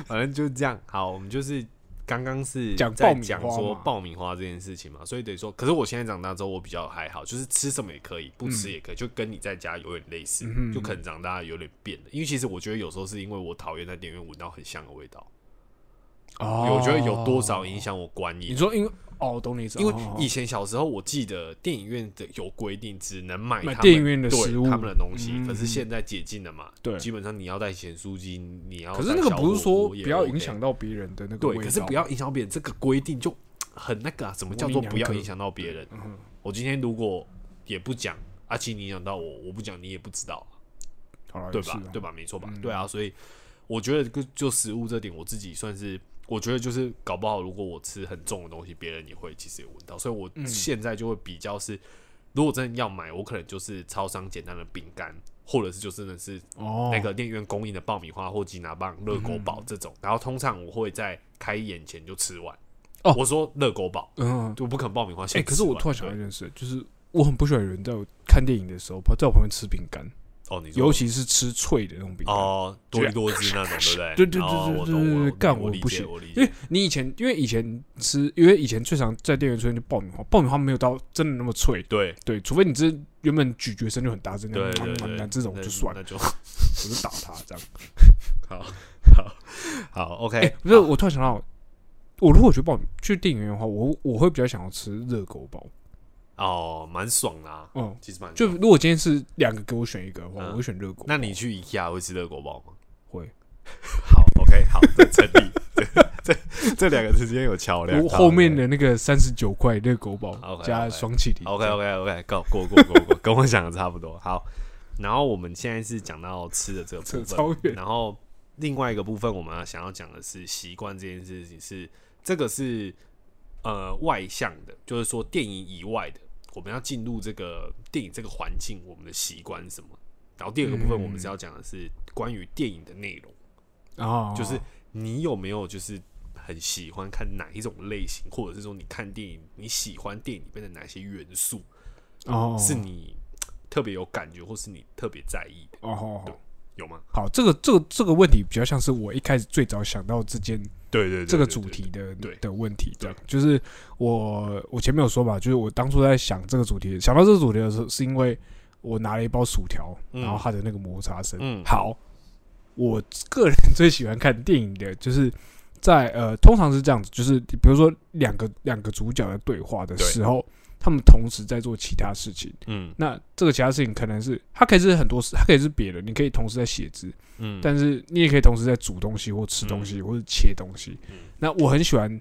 B: 反正就是这样。好，我们就是刚刚是
A: 讲
B: 在
A: 爆米
B: 讲
A: 花
B: 说
A: 嘛
B: 爆米花这件事情嘛，所以得说，可是我现在长大之后，我比较还好，就是吃什么也可以，不吃也可以，就跟你在家有点类似，
A: 嗯哼
B: 就可能长大有点变了。因为其实我觉得有时候是因为我讨厌在电影院闻到很香的味道，
A: 哦
B: 我觉得有多少影响我观影
A: 你。说因为哦，我懂你意思，
B: 因为
A: 哦哦
B: 以前小时候，我记得电影院的有规定，只能买
A: 买
B: 他们
A: 电影院的
B: 对
A: 食物
B: 他们的东西。可是
A: 嗯
B: 现在解禁了嘛，
A: 对
B: 基本上你要带咸酥鸡，你要
A: 可是
B: 带
A: 那个
B: 小
A: 不是
B: 火
A: 说
B: 锅也
A: 不要
B: OK
A: 影响到别人的那个
B: 对，
A: 味道，
B: 可是不要影响别人，这个规定就很那个啊，什么叫做不要影响到别人？
A: 嗯，
B: 我今天如果也不讲，阿奇你影响到我，我不讲你也不知道啊，
A: 好了，
B: 对
A: 也是
B: 吧
A: 啊？
B: 对吧？没错吧
A: 嗯？
B: 对啊，所以我觉得就就食物这点，我自己算是。我觉得就是搞不好，如果我吃很重的东西，别人也会其实也闻到，所以我
A: 嗯
B: 现在就会比较是，如果真的要买，我可能就是超商简单的饼干，或者是就真的是
A: 哦，嗯
B: 那个电影院供应的爆米花或吉拿棒、热狗堡这种，然后通常我会在开眼前就吃完。
A: 哦
B: 我说热狗堡，
A: 嗯，
B: 就不肯爆米花
A: 哎，
B: 先吃完。
A: 可是我突然想到一
B: 对
A: 件事，就是我很不喜欢有人在我看电影的时候跑在我旁边吃饼干，
B: 哦，你说
A: 尤其是吃脆的那种饼干。
B: 哦多利多汁那种，对不对？
A: 对对对
B: 哦我
A: 对对
B: 懂
A: 对
B: 我
A: 对，
B: 懂
A: 干
B: 我理
A: 不
B: 解
A: 行
B: 我理，
A: 因为
B: 解。
A: 你以前因为以前吃，因为以前最常在电影院出现就爆米花，爆米花没有到真的那么脆，
B: 对
A: 对，除非你这原本咀嚼声就很大声，
B: 对
A: 那
B: 对
A: 样
B: 对，
A: 这种就算了，
B: 那就
A: 我就打他这样。
B: 好好好 OK
A: 哎、。不是，我突然想到，我如果去报去电影院的话，我我会比较想要吃热狗堡。
B: 哦，蛮爽的啊，
A: 嗯，
B: 其实蛮
A: 就
B: 爽。
A: 如果今天是两个给我选一个的话，
B: 嗯
A: 我会选热狗堡。
B: 那你去宜家会吃热狗堡吗？
A: 会？
B: 好，OK，好，这成立。 这这这两个之间有桥梁。
A: 我
B: 好
A: 后面
B: ，OK
A: 的那个三十九块热狗堡
B: OK，
A: 加
B: OK
A: 双气体。
B: OK OK OK，够过过过过，跟我想的差不多。好，然后我们现在是讲到吃的这个
A: 扯
B: 部
A: 超
B: 分，
A: 远。
B: 然后另外一个部分我们要想要讲的是习惯这件事情是，这个是呃外向的，就是说电影以外的，我们要进入这个电影这个环境，我们的习惯是什么？然后第二个部分
A: 嗯
B: 我们是要讲的是关于电影的内容，
A: 啊，
B: 就是你有没有就是。很喜欢看哪一种类型，或者是说你看电影，你喜欢电影里面的哪些元素？
A: 哦，
B: 是你特别有感觉，或是你特别在意的，
A: 哦好
B: 对有吗？
A: 好，这个这个这个问题比较像是我一开始最早想到之间
B: 对对
A: 这个主题的
B: 对
A: 的问题，这样就是我我前面有说吧，就是我当初在想这个主题，想到这个主题的时候，是因为我拿了一包薯条，
B: 嗯
A: 然后它的那个摩擦声。
B: 嗯
A: 好，我个人最喜欢看电影的就是在呃， 通常是这样子，就是比如说两个两个主角在对话的
B: 对
A: 时候，他们同时在做其他事情。
B: 嗯
A: 那这个其他事情可能是它可以是很多事，它可以是别的，你可以同时在写字，
B: 嗯，
A: 但是你也可以同时在煮东西或吃东西或者切东西
B: 嗯。
A: 那我很喜欢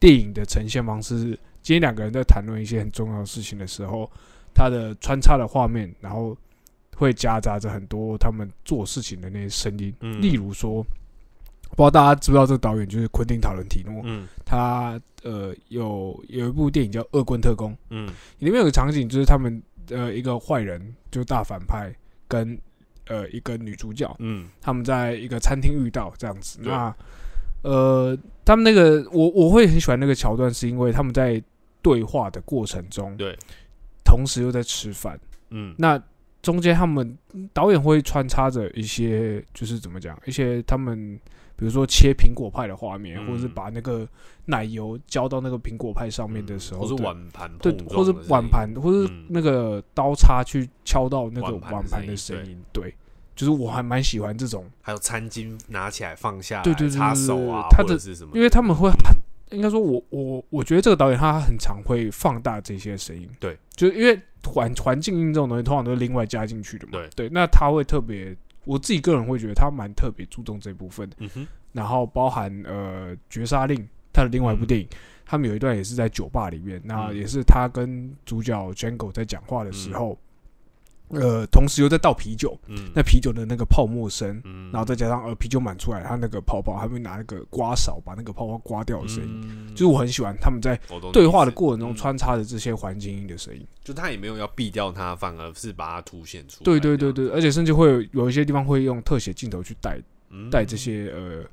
A: 电影的呈现方式是，今天两个人在谈论一些很重要的事情的时候，它的穿插的画面，然后会夹杂着很多他们做事情的那些声音。
B: 嗯
A: 例如说，不知道大家知不知道这个导演就是昆汀·塔伦提诺，
B: 嗯
A: 他呃有有一部电影叫《恶棍特工》，
B: 嗯
A: 里面有个场景就是他们呃一个坏人就大反派跟呃一个女主角，
B: 嗯
A: 他们在一个餐厅遇到这样子。
B: 对
A: 那呃，他们那个我我会很喜欢那个桥段，是因为他们在对话的过程中，
B: 对，
A: 同时又在吃饭。
B: 嗯
A: 那中间他们导演会穿插着一些，就是怎么讲，一些他们比如说切苹果派的画面，
B: 嗯
A: 或者是把那个奶油浇到那个苹果派上面的时候，
B: 嗯或是
A: 对
B: 碗盘
A: 对
B: 碰，撞
A: 或是
B: 的声
A: 碗
B: 音，
A: 盘，或是
B: 嗯
A: 那个刀叉去敲到那个
B: 碗盘的
A: 碗盘的
B: 声
A: 声
B: 音
A: 音，对，就是我还蛮喜欢这种，
B: 还有餐巾拿起来放下来，
A: 对对对
B: 擦
A: 对对
B: 手啊，
A: 他
B: 或
A: 的
B: 者是什么的，
A: 因为他们会
B: 嗯
A: 应该说我，我我觉得这个导演他很常会放大这些声音，
B: 对，
A: 就是因为环环境音这种东西通常都是另外加进去的嘛，
B: 对
A: 那他会特别，我自己个人会觉得他蛮特别注重这部分的，
B: 嗯哼，
A: 然后包含呃《绝杀令》他的另外一部电影，他们有一段也是在酒吧里面，那
B: 嗯
A: 也是他跟主角 Django 在讲话的时候，呃，同时又在倒啤酒，
B: 嗯，
A: 那啤酒的那个泡沫声。
B: 嗯
A: 然后再加上呃啤酒满出来，他那个泡泡，他会拿那个刮勺把那个泡泡刮掉的声音，
B: 嗯
A: 就是我很喜欢他们在
B: 我懂你
A: 对
B: 意
A: 话
B: 思
A: 的过程中
B: 嗯
A: 穿插着这些环境音的声音。
B: 就他也没有要避掉它，反而是把它凸显出来。
A: 对对对，对，而且甚至会有有一些地方会用特写镜头去带
B: 嗯
A: 带这些呃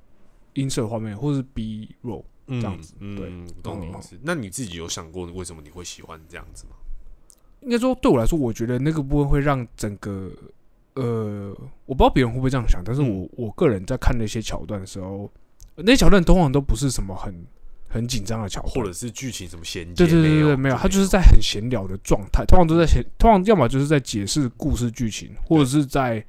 A: 音色画面，或是 B roll。
B: 这
A: 样子
B: 嗯，
A: 对
B: 嗯，我懂你意思。那你自己有想过为什么你会喜欢这样子吗？
A: 应该说对我来说，我觉得那个部分会让整个呃，我不知道别人会不会这样想，但是我我个人在看那些桥段的时候，那些桥段通常都不是什么很很紧张的桥段，
B: 或者是剧情什么衔接？
A: 对对对对对，
B: 有，
A: 没
B: 没
A: 有，他就是在很闲聊的状态，通常都在闲，通常要么就是在解释故事剧情，或者是在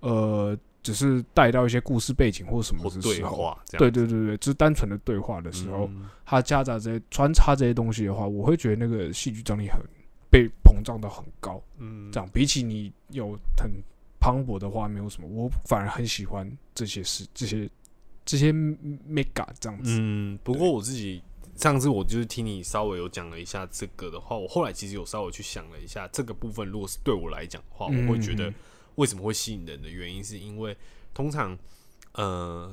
A: 呃，只是带到一些故事背景或什么
B: 或
A: 的
B: 对
A: 时候，
B: 话这样
A: 对对对对，就是单纯的对话的时候，
B: 嗯
A: 他夹杂这些穿插这些东西的话，我会觉得那个戏剧张力很被膨胀到很高。
B: 嗯
A: 这样比起你有很磅礴的画面或什么，我反而很喜欢这些事，这些这些 mega 这样子。
B: 嗯，不过我自己上次我就是听你稍微有讲了一下这个的话，我后来其实有稍微去想了一下这个部分，如果是对我来讲的话，我会觉得
A: 嗯
B: 为什么会吸引人的原因，是因为通常呃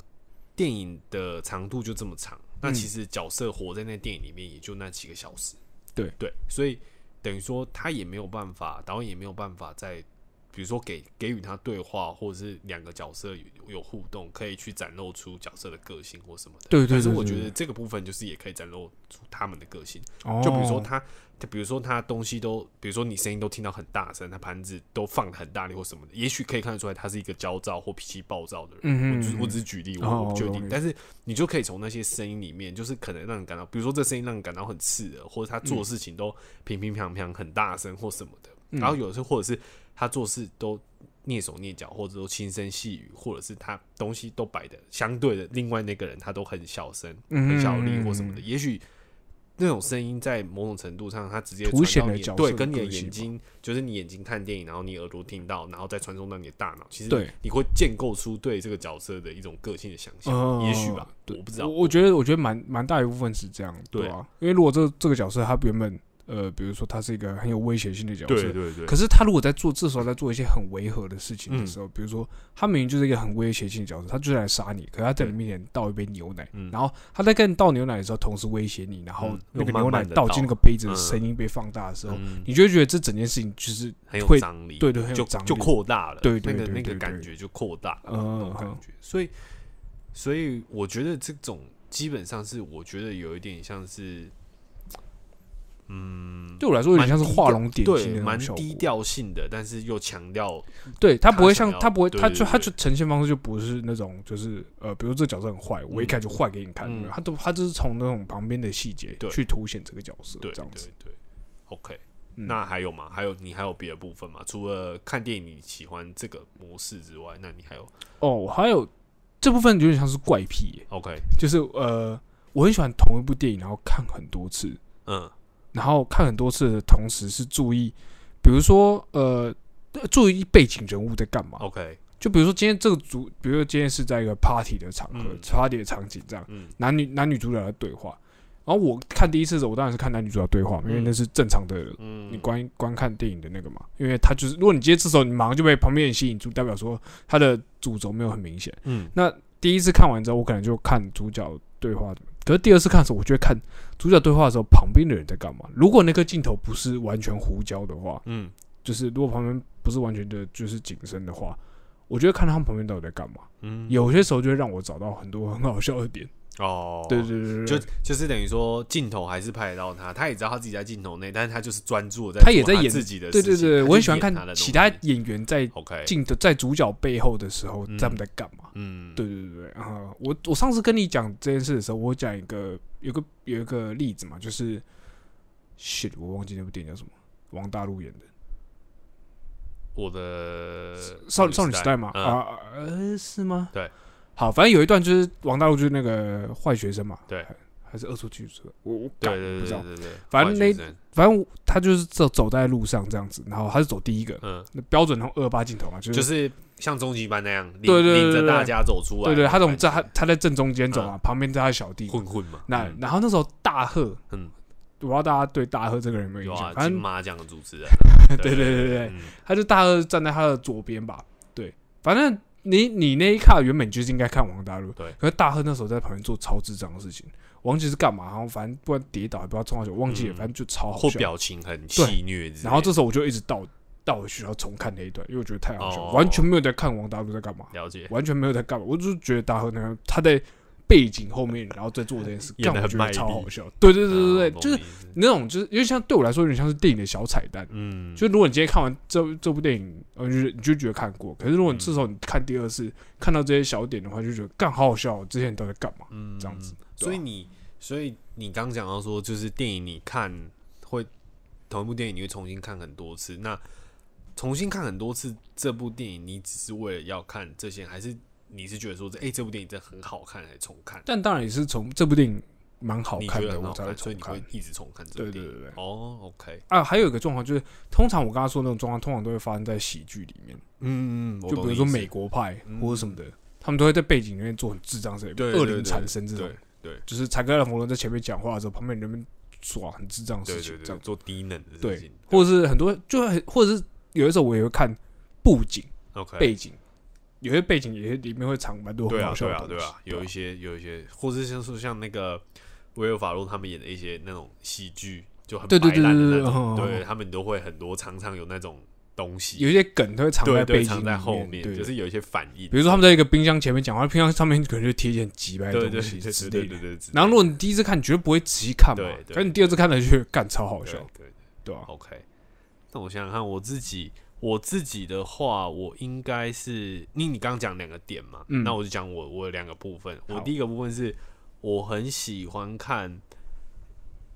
B: 电影的长度就这么长，那
A: 嗯
B: 其实角色活在那电影里面也就那几个小时，
A: 对
B: 对，所以等于说他也没有办法，导演也没有办法在。比如说给给予他对话，或者是两个角色有有互动，可以去展露出角色的个性或什么的。
A: 对对
B: 但是
A: 对
B: 我
A: 对
B: 觉
A: 对
B: 得这个部分就是也可以展露出他们的个性。
A: 哦
B: 就比如说他，他比如说他东西都，比如说你声音都听到很大声，他盘子都放的很大力或什么的，也许可以看得出来他是一个焦躁或脾气暴躁的人。
A: 嗯
B: 我
A: 嗯
B: 只
A: 嗯
B: 我只是举例，我
A: 哦
B: 我不确
A: 我懂
B: 定
A: 你，
B: 但是你就可以从那些声音里面，就是可能让你感到，比如说这声音让你感到很刺耳，或者他做事情都平平常常很大声或什么的。
A: 嗯
B: 然后有时候或者是他做事都蹑手蹑脚，或者都轻声细语，或者是他东西都摆的相对的，另外那个人他都很小声、
A: 嗯
B: 很小力或什么的。
A: 嗯
B: 也许那种声音在某种程度上，它直接
A: 凸
B: 传
A: 显
B: 到
A: 了
B: 你
A: 角
B: 对
A: 色的
B: 跟你的
A: 个性
B: 眼
A: 嘛
B: 睛，就是你眼睛看电影，然后你耳朵听到，然后再传送到你的大脑。其实
A: 对
B: 你会建构出对这个角色的一种个性的想象，
A: 哦
B: 也许吧，
A: 对
B: 我不知
A: 我
B: 道。
A: 我觉得，我觉得蛮蛮大一部分是这样，
B: 对
A: 对啊，因为如果这这个角色他原本呃，比如说他是一个很有威胁性的角色，
B: 对对
A: 可是他如果在做这时候在做一些很违和的事情的
B: 嗯
A: 时候，比如说他明明就是一个很威胁性的角色，他就是来杀你，可是他在你面前倒一杯牛奶，
B: 嗯
A: 然后他在跟你倒牛奶的时候，同时威胁你，然后
B: 嗯
A: 那个
B: 又慢
A: 牛
B: 慢
A: 奶
B: 地
A: 倒进那
B: 倒
A: 个杯子的
B: 嗯
A: 声音被放大的时候，
B: 嗯
A: 你就会觉得这整件事情就是
B: 很有
A: 哦会
B: 张力，
A: 对对很有
B: 就
A: 张力
B: 就扩嗯大了，
A: 对对
B: 那个
A: 对
B: 那个
A: 对
B: 感
A: 对
B: 觉就扩大，那
A: 呃
B: 种感觉。所以，所以我觉得这种基本上是，我觉得有一点像是，嗯，
A: 对我来说有点像是
B: 蛮低
A: 画
B: 调
A: 龙点睛
B: 对，
A: 的那
B: 蛮
A: 种效果
B: 低调性的，但是又强调，
A: 对他不会
B: 他想
A: 像
B: 要
A: 他不会，
B: 对
A: 他
B: 对
A: 就
B: 对
A: 他就呈现方式就不是那种就是呃，比如这个角色很坏，我一开始就坏给你看
B: 嗯，
A: 他都他就是从那种旁边的细节
B: 对
A: 去凸显这个角色
B: 对
A: 这
B: 对
A: 样子。
B: 对，OK。
A: 嗯
B: 那还有吗？还有你还有别的部分吗？除了看电影你喜欢这个模式之外，那你还有
A: 哦，还有这部分有点像是怪癖耶，
B: OK？
A: 就是呃，我很喜欢同一部电影，然后看很多次，
B: 嗯
A: 然后看很多次的同时是注意，比如说呃，注意背景人物在干嘛。
B: ，OK，
A: 就比如说今天这个组，比如说今天是在一个 party 的场合、
B: 嗯
A: party 的场景这样。
B: 嗯
A: 男女男女主角的对话。然后我看第一次的时候，我当然是看男女主角对话嘛，因为
B: 嗯
A: 那是正常的，
B: 嗯，
A: 你观观看电影的那个嘛。因为他就是，如果你接这时候你马上就被旁边人吸引住，代表说他的主轴没有很明显。
B: 嗯
A: 那第一次看完之后，我可能就看主角对话，可是第二次看的时候，我就会看主角对话的时候旁边的人在干嘛。如果那个镜头不是完全胡椒的话，
B: 嗯，
A: 就是如果旁边不是完全的就是景深的话，我就会看他们旁边到底在干嘛。
B: 嗯，
A: 有些时候就会让我找到很多很好笑的点。
B: 哦，
A: 对对对对，
B: 就
A: 对
B: 就是等于说镜头还是拍得到他，他也知道他自己在镜头内，但是他就是专注地在
A: 他也
B: 做
A: 在演
B: 自己的
A: 对
B: 事
A: 对
B: 情，
A: 对，
B: 他就
A: 我很喜欢
B: 演
A: 看
B: 他的东
A: 其他
B: 西
A: 演员在
B: OK，
A: 镜头在主角背后的时候
B: 嗯
A: 他们在干嘛。
B: 嗯，
A: 对对对对啊、我我上次跟你讲这件事的时候，我讲一个有个有一个例子嘛，就是 shit，我忘记那部电影叫什么，王大陆演的
B: 我的
A: 《少少女时代》嘛，
B: 嗯
A: 啊、呃是吗？
B: 对，
A: 好，反正有一段就是王大陆就是那个坏学生嘛，
B: 对
A: 还，还是恶作剧者，我我
B: 对
A: 干
B: 对
A: 不
B: 对
A: 知道，
B: 对对对，
A: 反正那
B: 坏学生
A: 反正他就是走走在路上这样子，然后他是走第一个，
B: 嗯，
A: 那标准那种二八镜头嘛，就是
B: 就是像终极班那样，领
A: 对对对
B: 领着
A: 对
B: 大家走出来，
A: 对对，他这
B: 这种
A: 种在他他在正中间走啊，旁边在他小弟，
B: 嗯混混嘛，
A: 那
B: 嗯
A: 然后那时候大贺，
B: 嗯
A: 我不知道大家对大贺这个人有没有
B: 有
A: 印
B: 啊
A: 象，，反
B: 金
A: 正
B: 马奖的主持人，
A: 对对对对对，
B: 嗯
A: 他就大贺站在他的左边吧，对，反正你你那一卡原本就是应该看王大陆，
B: 对
A: 可是大贺那时候在旁边做超智障的事情，我忘记是干嘛，然后反正不然跌倒也不知道撞到谁，我忘记了，
B: 嗯
A: 反正就超好
B: 或
A: 笑。
B: 表情很戏谑之类的，
A: 然后这时候我就一直倒倒回去，然后重看那一段，因为我觉得太好笑，
B: 哦
A: 完全没有在看王大陆在干嘛，
B: 了解
A: 完全没有在干嘛，我就是觉得大贺那个他在背景后面，然后在做这件事，
B: 演得
A: 干我
B: 很
A: 觉
B: 卖
A: 得
B: 力
A: 超好笑。对对对对
B: 嗯
A: 对，
B: 懂
A: 就是
B: 你意思
A: 那种就是因为像对我来说有点像是电影的小彩蛋。
B: 嗯，
A: 就如果你今天看完这这部电影，呃，就是你就觉得看过，可是如果你
B: 嗯
A: 至少你看第二次，看到这些小点的话，就觉得干好好笑哦，之前都在干嘛？
B: 嗯
A: 这样子对
B: 所以
A: 啊
B: 你，所以你刚讲到说，就是电影你看会同一部电影，你会重新看很多次。那重新看很多次这部电影，你只是为了要看这些，还是你是觉得说，哎、这部电影真的很好看，还重看？
A: 但当然也是从这部电影蛮好
B: 你觉
A: 看
B: 得
A: 的，
B: 很
A: 我
B: 好
A: 才会
B: 看，所以
A: 重
B: 你
A: 看
B: 会。一直重看这
A: 对
B: 部电
A: 对
B: 影。
A: 对对
B: 哦，OK，
A: 啊，还有一个状况就是，通常我刚刚说的那种状况，通常都会发生在喜剧里面，
B: 嗯嗯，我
A: 就
B: 懂
A: 比如
B: 你
A: 说
B: 意思
A: 美国派
B: 嗯
A: 或者什么的，他们都会在背景里面做很智障之类的
B: 对
A: 恶
B: 对
A: 灵
B: 对
A: 缠身这种
B: 对，对
A: 就是查克·拉冯伦在前面讲话的时候，旁边人们耍很智障的
B: 对
A: 事情，
B: 对对
A: 这
B: 对，
A: 样
B: 做低能的事
A: 对
B: 情，，
A: 或者是很多就很，或者是有的时候我也会看布景。
B: OK。
A: 背景，有些背景也里面会藏蛮多
B: 对
A: 很
B: 啊
A: 好，笑
B: 对
A: 的东西。
B: 啊，对啊，有一些，有一些，或者像说像那个威尔法洛他们演的一些那种喜剧，就很
A: 对对
B: 摆
A: 对
B: 烂的
A: 对嗯
B: 那种，
A: 对对
B: 对他们都会很多常常有那种东西，
A: 有一些梗它会藏
B: 对
A: 在背
B: 对
A: 景
B: 藏
A: 里
B: 在后
A: 面，
B: 面，
A: 对，
B: 就是有一些反应，
A: 比如说他们在一个冰箱前面讲话，冰箱上面可能就贴一些很鸡掰
B: 对
A: 的东
B: 对对
A: 西
B: 对
A: 之
B: 对
A: 类
B: 对
A: 的。
B: 对对，之
A: 然后如
B: 类
A: 果你第一次看，你绝对不会仔细看嘛
B: 对，对
A: 可是你第二次看了就觉得干超好
B: 的
A: 笑，
B: 对对
A: 对吧？
B: OK，那我想想看，我自己我自己的话，我应该是你你刚刚讲两个点嘛，
A: 嗯
B: 那我就讲我我有两个部分。我
A: 好
B: 第一个部分是我很喜欢看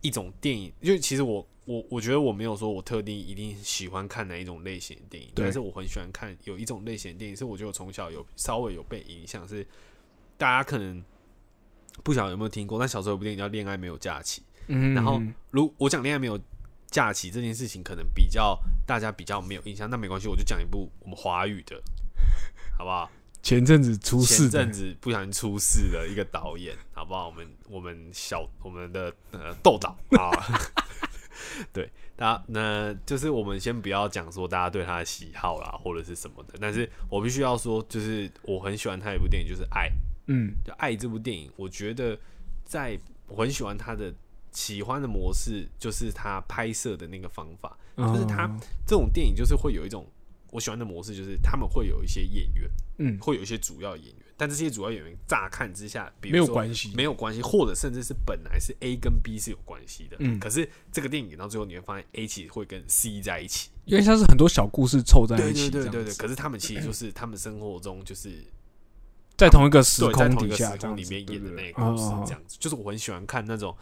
B: 一种电影，因为其实我我我觉得我没有说我特定一定喜欢看哪一种类型的电影，
A: 对
B: 但是我很喜欢看有一种类型的电影，是我觉得我从小有稍微有被影响，是大家可能不晓得有没有听过，但小时候有部电影叫《恋爱没有假期》。
A: 嗯，
B: 然后如我讲恋爱没有假期这件事情，可能比较大家比较没有印象，那没关系，我就讲一部我们华语的，好不好？
A: 前阵子出事
B: 前
A: 的
B: 阵，子不小心出事的一个导演，好不好？我们我们小我们的呃豆导啊， 对，大家那就是我们先不要讲说大家对他的喜好啦或者是什么的，但是我必须要说，就是我很喜欢他有一部电影，就是《爱》。
A: 嗯，
B: 就《爱》这部电影，我觉得在我很喜欢它的喜欢的模式，就是它拍摄的那个方法。就是他
A: 啊，
B: 这种电影就是会有一种我喜欢的模式，就是他们会有一些演员，
A: 嗯，
B: 会有一些主要演员，但这些主要演员乍看之下，比
A: 没
B: 如
A: 有
B: 说
A: 关系，
B: 没有关系，或者甚至是本来是 A 跟 B 是有关系的，
A: 嗯
B: 可是这个电影演到最后，你会发现 A 其实会跟 C 在一起，
A: 因为像是很多小故事凑在
B: 对
A: 一起，
B: 对
A: 这样
B: 对对对，
A: 子
B: 可是他们其实就是他们生活中就是
A: 在同一个时
B: 对在
A: 空
B: 同一
A: 底
B: 个
A: 下
B: 时
A: 这
B: 空
A: 样
B: 里
A: 子，
B: 面
A: 对
B: 演
A: 对
B: 的那
A: 对
B: 个故事
A: 啊啊啊
B: 这样子，就是我很喜欢看那种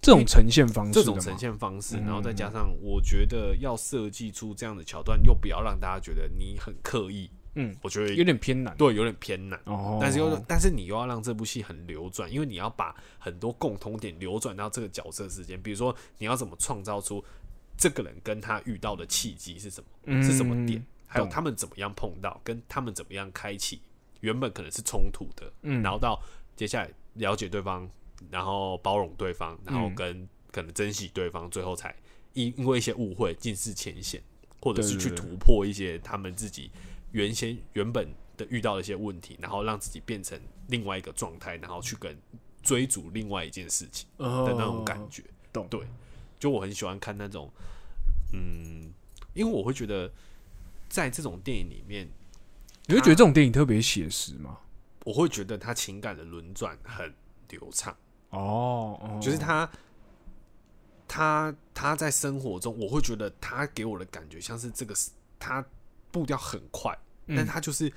A: 这种呈现方式
B: 这
A: 的
B: 种
A: 嘛
B: 呈现方式，
A: 嗯
B: 然后再加上我觉得要设计出这样的桥段，又不要让大家觉得你很刻意，
A: 嗯，
B: 我觉
A: 有
B: 得
A: 点偏难
B: 对有点偏难。
A: 哦，
B: 但是又，但是你又要让这部戏很流转，因为你要把很多共同点流转到这个角色之间。比如说，你要怎么创造出这个人跟他遇到的契机是什么，是什么点，还有
A: 嗯懂
B: 他们怎么样碰到，跟他们怎么样开启原本可能是冲突的，
A: 嗯，嗯，
B: 然后到接下来了解对方，然后包容对方，然后
A: 嗯
B: 跟可能珍惜对方，最后才因因为一些误会尽释前嫌，或者
A: 对
B: 是
A: 对
B: 去
A: 对
B: 突破一些他们自己原先原本的遇到的一些问题，然后让自己变成另外一个状态，然后去跟追逐另外一件事情的
A: 的
B: 那种感觉。
A: 哦懂
B: 对，就我很喜欢看那种，嗯，因为我会觉得在这种电影里面，
A: 你会觉得这种电影特别写实吗？
B: 我会觉得他情感的轮转很流畅。
A: 哦，哦
B: 就是他，他他在生活中，我会觉得他给我的感觉像是这个是他步调很快，
A: 嗯
B: 但他就是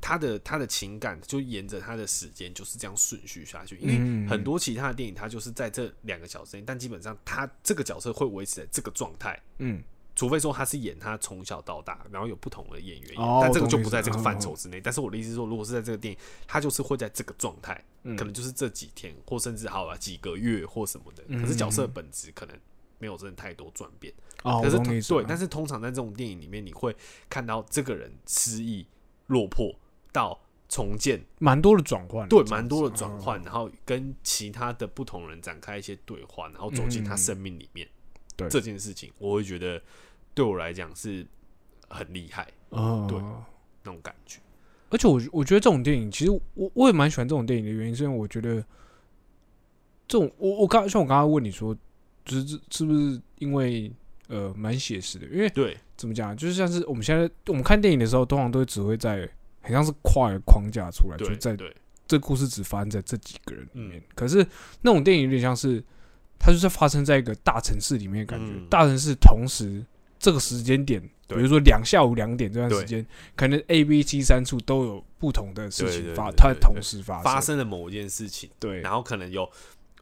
B: 他的他的情感就沿着他的时间就是这样顺序下去，因
A: 嗯
B: 为很多其他的电影，它就是在这两个小时内，但基本上他这个角色会维持在这个状态。
A: 嗯，
B: 除非说他是演他从小到大，然后有不同的演员演，
A: 哦
B: 但这个
A: 我懂
B: 就
A: 你
B: 不在
A: 意思
B: 这个
A: 嗯
B: 范
A: 嗯
B: 畴之内。但是我的意思是说，如果是在这个电影，他就是会在这个状态，
A: 嗯
B: 可能就是这几天，或甚至好了啊几个月或什么的。
A: 嗯
B: 可是角色本质可能没有真的太多转变。
A: 哦，
B: 可是
A: 我懂你意思
B: 对，
A: 了
B: 但是通常在这种电影里面，你会看到这个人失忆、落魄到重建，
A: 蛮多的转换，
B: 对，蛮多的
A: 这
B: 转
A: 样子，嗯
B: 换，然后跟其他的不同人展开一些对话，然后走进他生命里面。
A: 嗯对
B: 这件事情，我会觉得对我来讲是很厉害
A: 嗯，
B: 对
A: 嗯
B: 那种感觉。
A: 而且我我觉得这种电影，其实我我也蛮喜欢这种电影的原因，是因为我觉得这种我我刚像我刚刚问你说，就是是是不是因为呃蛮写实的？因为
B: 对，
A: 怎么讲，啊就是像是我们现在我们看电影的时候，通常都会只会在很像是跨一个框架出来，就
B: 对，
A: 在
B: 对，
A: 这故事只发生在这几个人里面。
B: 嗯
A: 可是那种电影有点像是，它就是发生在一个大城市里面，感觉、
B: 嗯
A: 大城市同时这个时间点，比
B: 对
A: 如说两下午两点这段
B: 对
A: 时间，可能 A、B、C 三处都有不同的事
B: 对
A: 情
B: 对
A: 发，
B: 对
A: 它
B: 对
A: 同
B: 对
A: 时发生。
B: 发生了某一件事情，
A: 对，
B: 然后可能有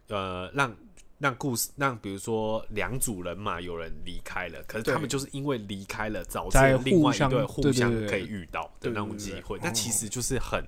B: 呃让。让故事让，比如说两组人嘛，有人离开了，可是
A: 对
B: 他们就是因为离开了，导致
A: 在
B: 有另
A: 互
B: 外一
A: 相
B: 对
A: 对
B: 互
A: 对
B: 相
A: 对
B: 可以遇到的
A: 对
B: 那种
A: 对
B: 机
A: 对
B: 会
A: 哦，
B: 那其实就是很，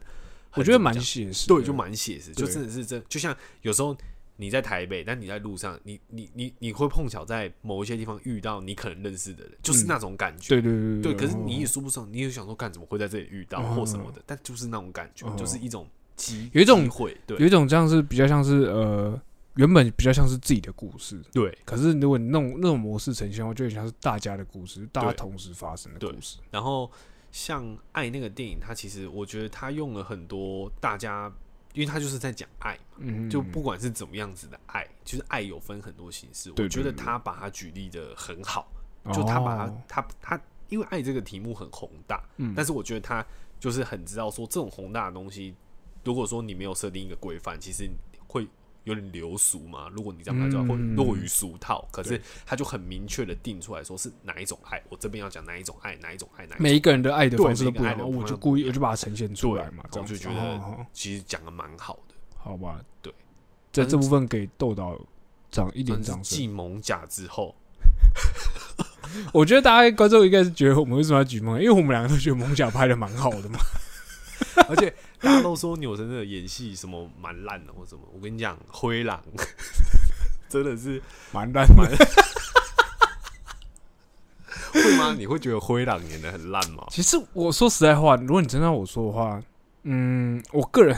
A: 我
B: 很
A: 觉得
B: 怎么
A: 蛮
B: 讲
A: 写实的，
B: 对，就蛮写实，就
A: 对
B: 真的是真，就像有时候你在台北，但你在路上，你你你你会碰巧在某一些地方遇到你可能认识的人，就
A: 嗯
B: 是那种感觉。
A: 对对对
B: 对，可是你也
A: 哦
B: 说不上，你也想说，干怎么会在这里遇到
A: 嗯
B: 或什么的，但就是那种感觉，
A: 嗯
B: 就是一种机
A: 有一种
B: 机会，
A: 有
B: 对
A: 一种这样是比较像是呃，原本比较像是自己的故事，
B: 对。
A: 可是如果你那种那种模式呈现的话，就很像是大家的故事，大家
B: 对
A: 同时发生的
B: 对
A: 故事。
B: 然后像《爱》那个电影，它其实我觉得它用了很多大家，因为它就是在讲爱嘛，
A: 嗯，
B: 就不管是怎么样子的爱，就是爱有分很多形式。
A: 对
B: 我觉得
A: 对对
B: 他把它举例的很好，就他把
A: 哦
B: 它他他，因为爱这个题目很宏大，
A: 嗯
B: 但是我觉得他就是很知道说这种宏大的东西，如果说你没有设定一个规范，其实会有点流俗嘛。如果你这样拍照会
A: 嗯
B: 落于俗套，可是
A: 对
B: 他就很明确的定出来说是哪一种爱，我这边要讲哪一种爱，哪一种爱，哪一种
A: 每一个人的爱的
B: 对
A: 方式都
B: 每个
A: 不一
B: 爱
A: 样，
B: 的
A: 我
B: 方式
A: 就
B: 不
A: 故意
B: 一
A: 我就把它呈现出
B: 对
A: 来嘛，这
B: 我
A: 样
B: 就
A: 子
B: 觉得
A: 哦
B: 其实讲的蛮好的。
A: 好吧，
B: 对，
A: 在
B: 但
A: 这
B: 是
A: 部分给豆导掌一点
B: 但是
A: 掌声。
B: 继蒙甲之后，
A: 我觉得大家观众应该是觉得我们为什么要举梦，因为我们两个都觉得蒙甲拍的蛮好的 嘛。
B: 而且大家都说钮真的演戏什么蛮烂的或什么，我跟你讲，灰狼 真的是
A: 蛮烂的，
B: 会吗？你会觉得灰狼演的很烂吗？
A: 其实我说实在话，如果你真的要我说的话，嗯，我个人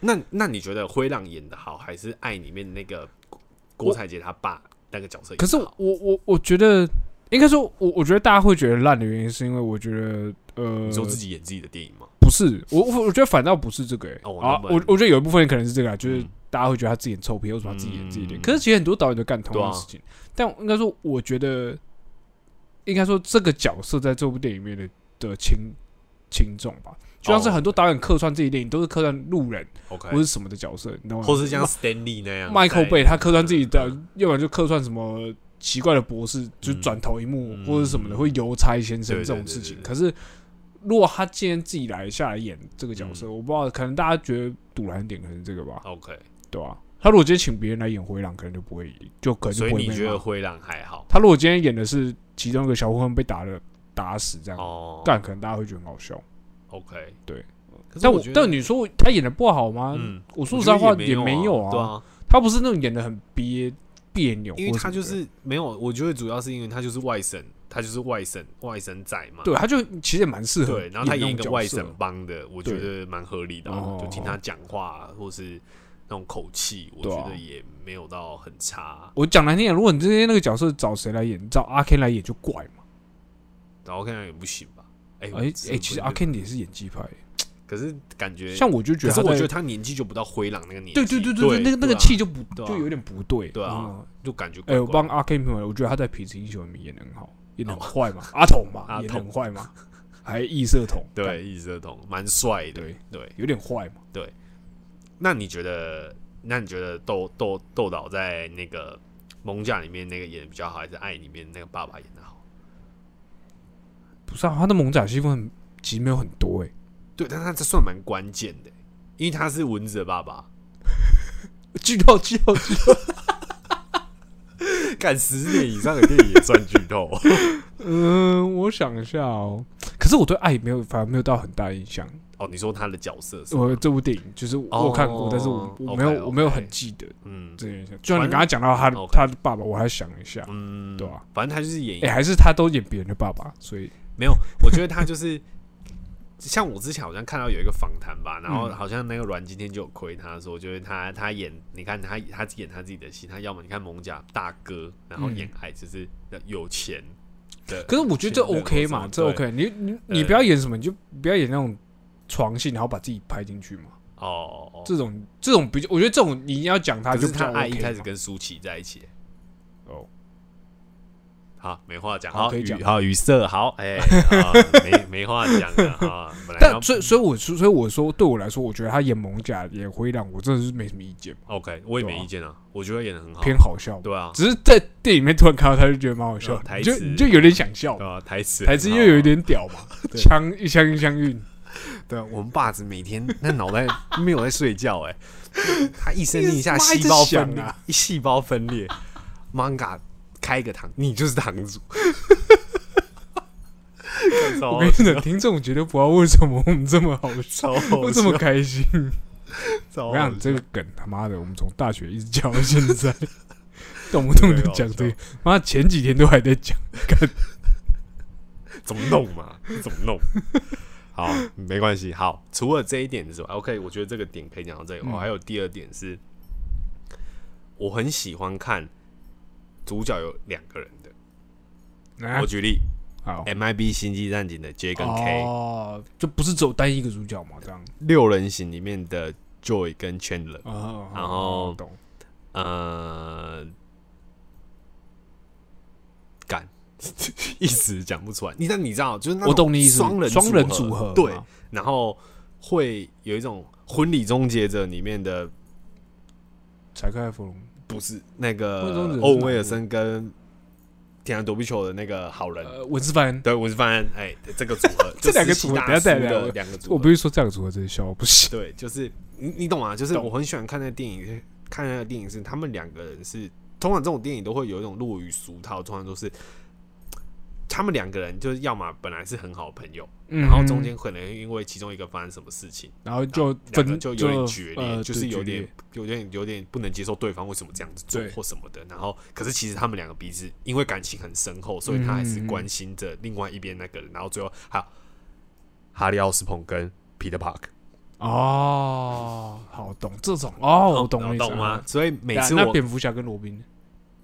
B: 那那你觉得灰狼演的好，还是爱里面那个郭郭采洁他爸那个角色演
A: 可
B: 得
A: 是
B: 好？
A: 我我我觉得，应该说，我我觉得大家会觉得烂的原因，是因为我觉得，呃
B: 你，说自己演自己的电影吗？
A: 不是我我我觉得反倒不是这个、欸
B: 哦
A: 啊
B: 那，不然
A: 我我觉得有一部分可能是这个、啊，就是
B: 嗯
A: 大家会觉得他自己很臭屁，为什么他自己演自己的？
B: 嗯
A: 可是其实很多导演都干同样的
B: 对啊
A: 事情，但应该说，我觉得应该说这个角色在这部电影里面的的轻轻重吧，就像是
B: 哦
A: 很多导演客串自己电影都是客串路人
B: OK，
A: 或是什么的角色，你懂吗？
B: 或是像 Stanley 那样
A: Michael
B: 在
A: Bay 他客串自己的
B: 嗯，
A: 要不然就客串什么奇怪的博士，就转头一幕
B: 嗯
A: 或者什么的，会邮差先生
B: 对对
A: 这种
B: 对
A: 事
B: 对
A: 情。
B: 对
A: 可是如果他今天自己来下来演这个角色，
B: 嗯
A: 我不知道，可能大家觉得堵然点，可能是这个吧，
B: OK，
A: 对吧、他如果今天请别人来演灰狼，可能就不会，就可能
B: 所
A: 就
B: 以
A: 不会
B: 你觉
A: 被
B: 得
A: 骂。
B: 灰狼还好
A: 他如果今天演的是其中一个小混混被打了打死这样，
B: 哦
A: 但可能大家会觉得很好笑。
B: ？OK，
A: 对。
B: 可是
A: 但
B: 我
A: 我
B: 觉得
A: 但你说他演的不好吗？
B: 嗯，
A: 我说
B: 我
A: 实
B: 觉
A: 在
B: 得
A: 话
B: 也
A: 没有
B: 有对啊，
A: 他不是那种演的很憋别扭或什
B: 因
A: 么的，
B: 为他就是没有，我觉得主要是因为他就是外省，他就是外省外省仔嘛。
A: 对，他就其实也蛮适合
B: 对，然后他
A: 演
B: 演一
A: 那种
B: 个
A: 角
B: 外
A: 色
B: 省帮的，我觉得蛮合理的啊
A: 哦，
B: 就听他讲话或是那种口气，我
A: 对啊
B: 觉得也没有到很差。
A: 我讲难听点，如果你今天那个角色找谁来演，你找阿 Ken 来演就怪嘛。
B: 然后看来也不行吧，哎
A: 哎哎，其实阿
B: ，K，
A: Ken 也是演技派，
B: 可是感觉
A: 像我就觉
B: 可
A: 得
B: 是
A: 他
B: 我觉得
A: 在，
B: 他年纪就不到灰狼那个年纪，
A: 对对对对，那个那个
B: 啊
A: 气就不
B: 对啊
A: 就有点不对，
B: 对啊
A: 嗯
B: 就感觉怪
A: 哎，我
B: 怪哦
A: 帮阿 Ken 评委，我觉得他在《痞子英雄》里面演的很好，演的很坏嘛， 阿童嘛，
B: 阿
A: 演的
B: 童
A: 很坏嘛，还异色瞳，干，
B: 对异色瞳蛮帅的，
A: 对
B: 对。
A: 有点坏嘛。
B: 那你觉得，那你觉得豆豆豆导在那个《萌甲》里面那个演的比较好，还是《爱》里面那个爸爸演的好？
A: 不是啊，他的萌仔戏份很其实没有很多 哎，
B: 对，但他这算蛮关键的，欸因为他是蚊子的爸爸，
A: 剧透剧透，
B: 干十年以上的电影也算剧透。
A: 嗯，我想一下哦，可是我对爱没有，反而没有到很大印象。
B: 哦，你说他的角色是？
A: 我这部电影就是我有看过，但是我我没有
B: OK，OK
A: 我没有很记得
B: 嗯
A: 这件事。就像你刚刚讲到他的
B: OK
A: 他的爸爸，我还想一下，
B: 嗯，
A: 对啊，
B: 反正他就是演一
A: 哎，还是他都演别人的爸爸，所以
B: 没有，我觉得他就是像我之前好像看到有一个访谈吧，然后
A: 嗯
B: 好像那个阮今天就有亏他说，就是他他演，你看他他演他自己的戏，他要么你看蒙甲大哥，然后演矮就是有钱的，
A: 嗯可是我觉得这
B: 选择
A: OK
B: 或
A: 嘛，
B: 者
A: 这
B: 什么
A: OK。你你你不要演什么，你就不要演那种床戏，然后把自己拍进去嘛。
B: 哦，哦
A: 这种这种比较，我觉得这种你要讲他
B: 可
A: 就是比较
B: 他爱一
A: OK
B: 开始
A: 嘛
B: 跟舒淇在一起，
A: 哦，
B: 好没话讲，
A: 好
B: 好
A: 可以讲
B: 语好语塞，好哎， 啊没没话讲了 啊，本来要
A: 但所以所以我说所以我说对我来说，我觉得他演蒙甲演灰狼，我真的是没什么意见，
B: OK，我也
A: 对
B: 没
A: 啊
B: 意见啊，我觉得演的很好，
A: 偏好笑。
B: 对啊，
A: 只是在电影里面突然看到他就觉得蛮好笑
B: 嗯，台
A: 你就
B: 词
A: 你就有点想笑
B: 对，啊，台词
A: 台
B: 很
A: 词
B: 好
A: 又
B: 啊
A: 有一点屌嘛，
B: 对
A: 枪一枪一枪运，
B: 对，啊我们爸子每天那脑袋没有在睡觉 哎、他一声
A: 一直
B: 令
A: 妈
B: 下，
A: 一
B: 细
A: 直
B: 胞
A: 想
B: 分裂
A: 啊，
B: 一细胞分裂，manga 开个堂，你就是堂主。 干超
A: 我跟你讲，听众绝对不知道为什么我们这么好，
B: 哦啊超好
A: 我这
B: 笑
A: 么开心。
B: 超
A: 我
B: 好
A: 跟你讲
B: 笑
A: 这个梗，他妈的，我们从大学一直讲到现 在，动不动就讲这
B: 对
A: 个，妈前几天都还在讲。
B: 怎么弄嘛？怎么弄？ 好，没关系。好，除了这一点之外，OK，我觉得这个点可以讲到这里。我、哦
A: 嗯
B: 还有第二点是，我很喜欢看主角有两个人的。
A: 啊
B: 我举例
A: 好，
B: ，MIB 星际战警的 J 跟 K，、
A: 哦，就不是只有单一个主角嘛，这样。
B: 六人行里面的 Joy 跟 Chandler，
A: 哦，
B: 然后
A: 懂。
B: 呃，干， 一时讲不出来。你但你知道，就是那种
A: 我懂你意思，
B: 双人
A: 双人组合
B: 合
A: 嘛，
B: 对，然后会有一种婚礼终结者里面的
A: 柴克艾弗隆，
B: 不是那
A: 婚礼终结者
B: 个
A: 是
B: 欧文
A: 哪
B: 威尔
A: 部
B: 森跟天然躲避球的那个好人。
A: 呃，文斯凡，
B: 对，我是发现，哎，这个组 合，
A: 这两个
B: 就
A: 组合
B: 实
A: 等
B: 习
A: 一下
B: 大叔
A: 再聊
B: 的两个组合，
A: 我不是说这样组合这些笑话不行。
B: 对，就是你你懂吗？就是
A: 懂
B: 我很喜欢看那个电影，看那个电影是他们两个人是，通常这种电影都会有一种落于俗套，通常都是他们两个人就是要么本来是很好的朋友，
A: 然
B: 然后中间可能因为其中一个发生什么事情，
A: 嗯然后
B: 然后
A: 就
B: 两个
A: 分
B: 就有点决
A: 呃
B: 裂，就是
A: 对
B: 有
A: 决
B: 点
A: 裂
B: 有点有点不能接受对方为什么这样子做
A: 对
B: 或什么的。然后，可是其实他们两个彼此因为感情很深厚，所以他还是
A: 嗯
B: 关心着另外一边那个人。然后最后，还有哈利奥斯彭跟彼得帕克。
A: 哦，好懂这种哦，我懂
B: 懂
A: 你意思
B: 懂吗？？所以每
A: 对啊
B: 次
A: 那
B: 我
A: 蝙蝠侠跟罗宾，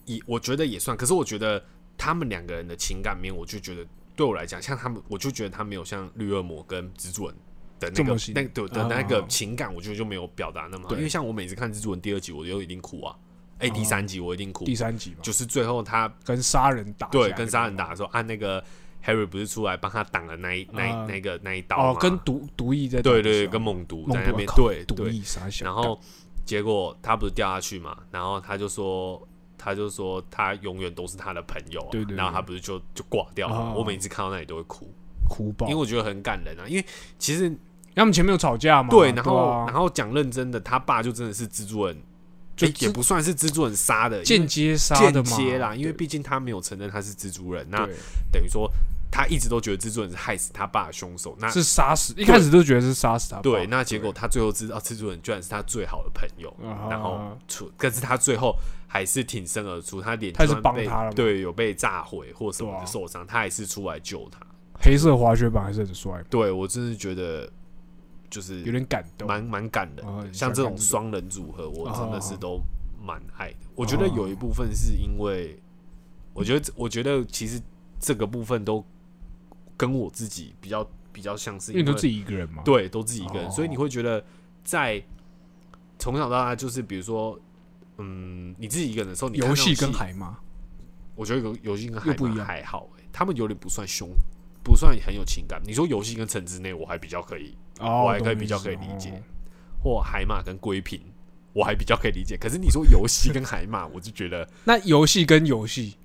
B: 以我觉得也算，可是我觉得他们两个人的情感面，我就觉得对我来讲，像他们，我就觉得他没有像绿恶魔跟蜘蛛人的那
A: 这
B: 个
A: 么细
B: 那对的
A: 啊
B: 那个情感，我觉得就没有表达那么好。
A: 对
B: 因为像我每次看蜘蛛人第二集，我就一定哭啊，哎，
A: 哦
B: 第三集我一定哭
A: 第，三集嘛，
B: 就是最后他
A: 跟杀人打架那个
B: 对
A: 嘛，
B: 跟杀人打的时候，按那个 Harry 不是出来帮他挡了那一那
A: 啊
B: 一那个那一刀
A: 哦
B: 吗，
A: 跟毒毒液在打
B: 对
A: 的
B: 对
A: 时
B: 对
A: 候
B: 跟猛毒
A: 猛
B: 在那
A: 毒
B: 边
A: 啊靠
B: 对
A: 毒
B: 对
A: 液啥小，
B: 然后结果他不是掉下去嘛，然后他就说，他就说他永远都是他的朋友、啊，
A: 对对对
B: 然后他不是就就挂掉了。
A: 哦
B: 我每次看到那里都会哭，
A: 干哭爆，
B: 因为我觉得很感人啊。因为其实
A: 他们前面有吵架嘛，
B: 对，然后、
A: 啊
B: 然后讲认真的，他爸就真的是蜘蛛人，
A: 就
B: 诶也
A: 蜘
B: 不算是蜘蛛人杀的，因
A: 间
B: 为
A: 接杀的
B: 间
A: 嘛，
B: 接啦，因为
A: 对
B: 毕竟他没有承认他是蜘蛛人，那
A: 对
B: 等于说他一直都觉得蜘蛛人是害死他爸的凶手，那
A: 是杀死，一开始都觉得是杀死他爸，
B: 对，那结果他最后知道蜘蛛人居然是他最好的朋友，
A: 啊
B: 然后出，可是他最后还是挺身而出，他脸
A: 他
B: 虽
A: 是
B: 然
A: 帮
B: 被
A: 他了嘛
B: 对，有被炸毁或什么
A: 对啊
B: 的受伤，他还是出来救他。
A: 黑色滑雪板还是很帅嘛，
B: 对我真是觉得就是
A: 有点感动，
B: 蛮蛮感人
A: 啊
B: 的，
A: 你
B: 像
A: 喜欢
B: 这种
A: 看这
B: 双人组合，我真的是
A: 啊
B: 都蛮爱的。我觉得有一部分是因为，我觉得我觉得其实这个部分都跟我自己比较比较像是
A: 因为你都自
B: 己
A: 己一个人嘛。，
B: 对都自己一个人，所以你
A: 哦
B: 会觉得在从小到大就是比如说。嗯，你自己一个人的时候，你看
A: 游
B: 那
A: 戏
B: 种
A: 跟海马
B: 我觉得游游戏跟海
A: 又不一
B: 马
A: 样
B: 还好、欸，他们有点不算凶，不算很有情感。你说游戏跟城之内，我还比较可以，
A: 哦
B: 我还可以比较可以理解。或海马跟龟平，我还比较可以理解。可是你说游戏跟海马，我就觉得，
A: 那游戏跟游戏，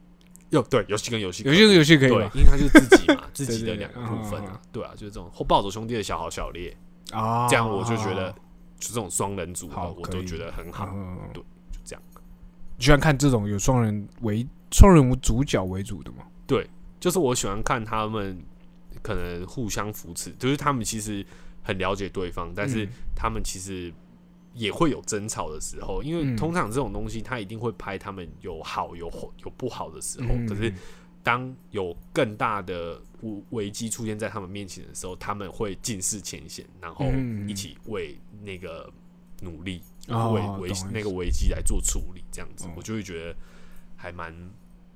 B: 哟，对，游戏跟游戏可
A: 游
B: 以，
A: 戏跟游戏可以
B: 对
A: 吧？，
B: 因为它就是自己 嘛，自己的
A: 对对
B: 两个部分
A: 嗯嗯
B: 啊，对啊，就是这种或暴走兄弟的小豪小烈，
A: 啊，
B: 这样我就觉得就这种双人组的，
A: 好
B: 我
A: 可
B: 都
A: 以
B: 觉得很好，
A: 嗯，
B: 对就这样。
A: 你喜欢看这种有双人为双人主角为主的吗？
B: 就是我喜欢看他们可能互相扶持，就是他们其实很了解对方，但是
A: 嗯
B: 他们其实也会有争吵的时候，因为
A: 嗯
B: 通常这种东西他一定会拍他们有好有坏有不好的时候，
A: 嗯
B: 哦可是当有更大的危危机出现在他们面前的时候，他们会尽释前嫌，然后
A: 嗯
B: 一起为那个努力，
A: 哦懂
B: 为为
A: 意思
B: 那个危机来做处理，这样子，
A: 嗯
B: 我就会觉得还蛮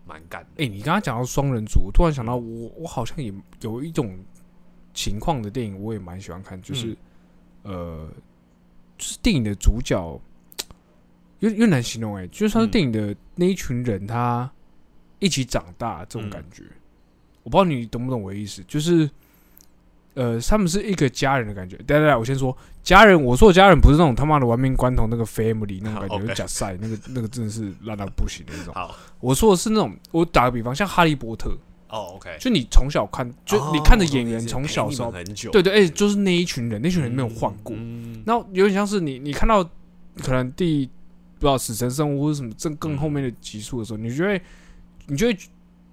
B: 蛮感的。
A: 哎、你刚刚讲到双人组，我突然想到我，我好像也有一种情况的电影，我也蛮喜欢看，
B: 嗯
A: 就是、呃，就是电影的主角有有点难形容哎、就是像是
B: 嗯
A: 电影的那一群人，他一起长大这种
B: 嗯
A: 感觉，我不知道你懂不懂我的意思，就是。呃，他们是一个家人的感觉。等等，我先说家人。我说的家人不是那种他妈的玩命关头那个 family 那种感
B: 好
A: 觉，
B: ，OK
A: 就假赛那个那个真的是烂到不行的那种。
B: 好
A: 我说的是那种，我打个比方，像《哈利波特》，
B: 哦，OK，
A: 就你从小看，
B: 哦
A: 就你看的演员从小时
B: 烧
A: 候，
B: 很久，
A: 对对，哎、就是那一群人，那群人没有换过，
B: 嗯
A: 然后有点像是你，你看到可能第不知道死神生物或者什么更
B: 嗯
A: 更后面的集数的时候，你就会，你就会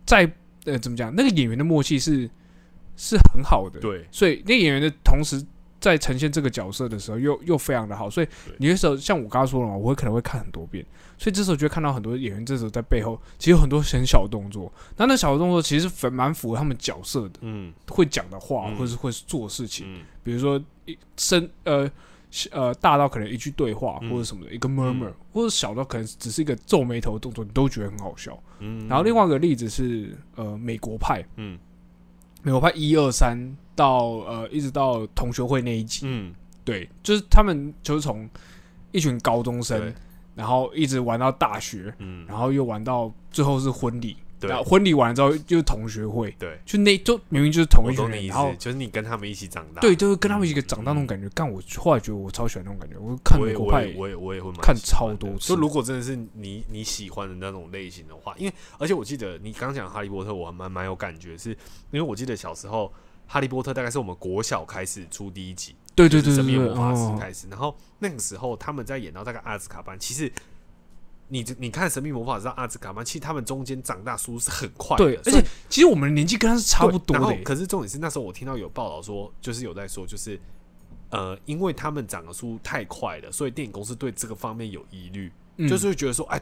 A: 在呃怎么讲，那个演员的默契是是很好的，
B: 对，
A: 所以那个演员的同时在呈现这个角色的时候又，又非常的好，所以
B: 对
A: 你那时候像我刚刚说了嘛，我会可能会看很多遍，所以这时候就会看到很多演员这时候在背后其实有很多很小的动作，那那小的动作其实是蛮符合他们角色的，
B: 嗯
A: 会讲的话
B: 嗯
A: 或者是会做事情，
B: 嗯
A: 比如说一声呃。呃，大到可能一句对话
B: 嗯
A: 或者什么的，一个 murmur，、
B: 嗯
A: 或者小到可能只是一个皱眉头的动作，你都觉得很好笑。
B: 嗯
A: 然后另外一个例子是，呃，美国派，
B: 嗯
A: 美国派一二三到呃一直到同学会那一集，
B: 嗯，
A: 对，就是他们就是从一群高中生
B: 对，，
A: 然后一直玩到大学，
B: 嗯，
A: 然后又玩到最后是婚礼，
B: 对
A: 然后婚礼完了之后就是同学会，
B: 对，
A: 就那就明明就是同
B: 我
A: 一群
B: 懂你
A: 人，
B: 意
A: 然后
B: 思，就是你跟他们一起长大，
A: 对，就是跟他们一起长大那种感觉。干，我后来觉得我超喜欢那种感觉，我看
B: 我
A: 美
B: 也
A: 国
B: 嗯我
A: 派
B: 也我也我也会蛮
A: 看
B: 喜欢
A: 超多
B: 的
A: 次
B: 就如果真的是你你喜欢的那种类型的话，因为而且我记得你刚讲哈利波特，我还蛮蛮有感觉，是因为我记得小时候哈利波特大概是我们国小开始出第一集，
A: 对对
B: 就
A: 对
B: 是
A: 对
B: 神秘
A: 对，
B: 魔法
A: 哦
B: 师开始，然后那个时候他们在演到大概阿兹卡班，其实你你看神秘魔法师到阿兹卡班，其实他们中间长大速度是很快的，
A: 对，而
B: 所以
A: 且其实我们的年纪跟他是差不多
B: 对然
A: 的
B: 后
A: 欸，
B: 可是重点是那时候我听到有报道说，就是有在说，就是呃，因为他们长的速度太快了，所以电影公司对这个方面有疑虑，
A: 嗯
B: 就是会觉得说，哎，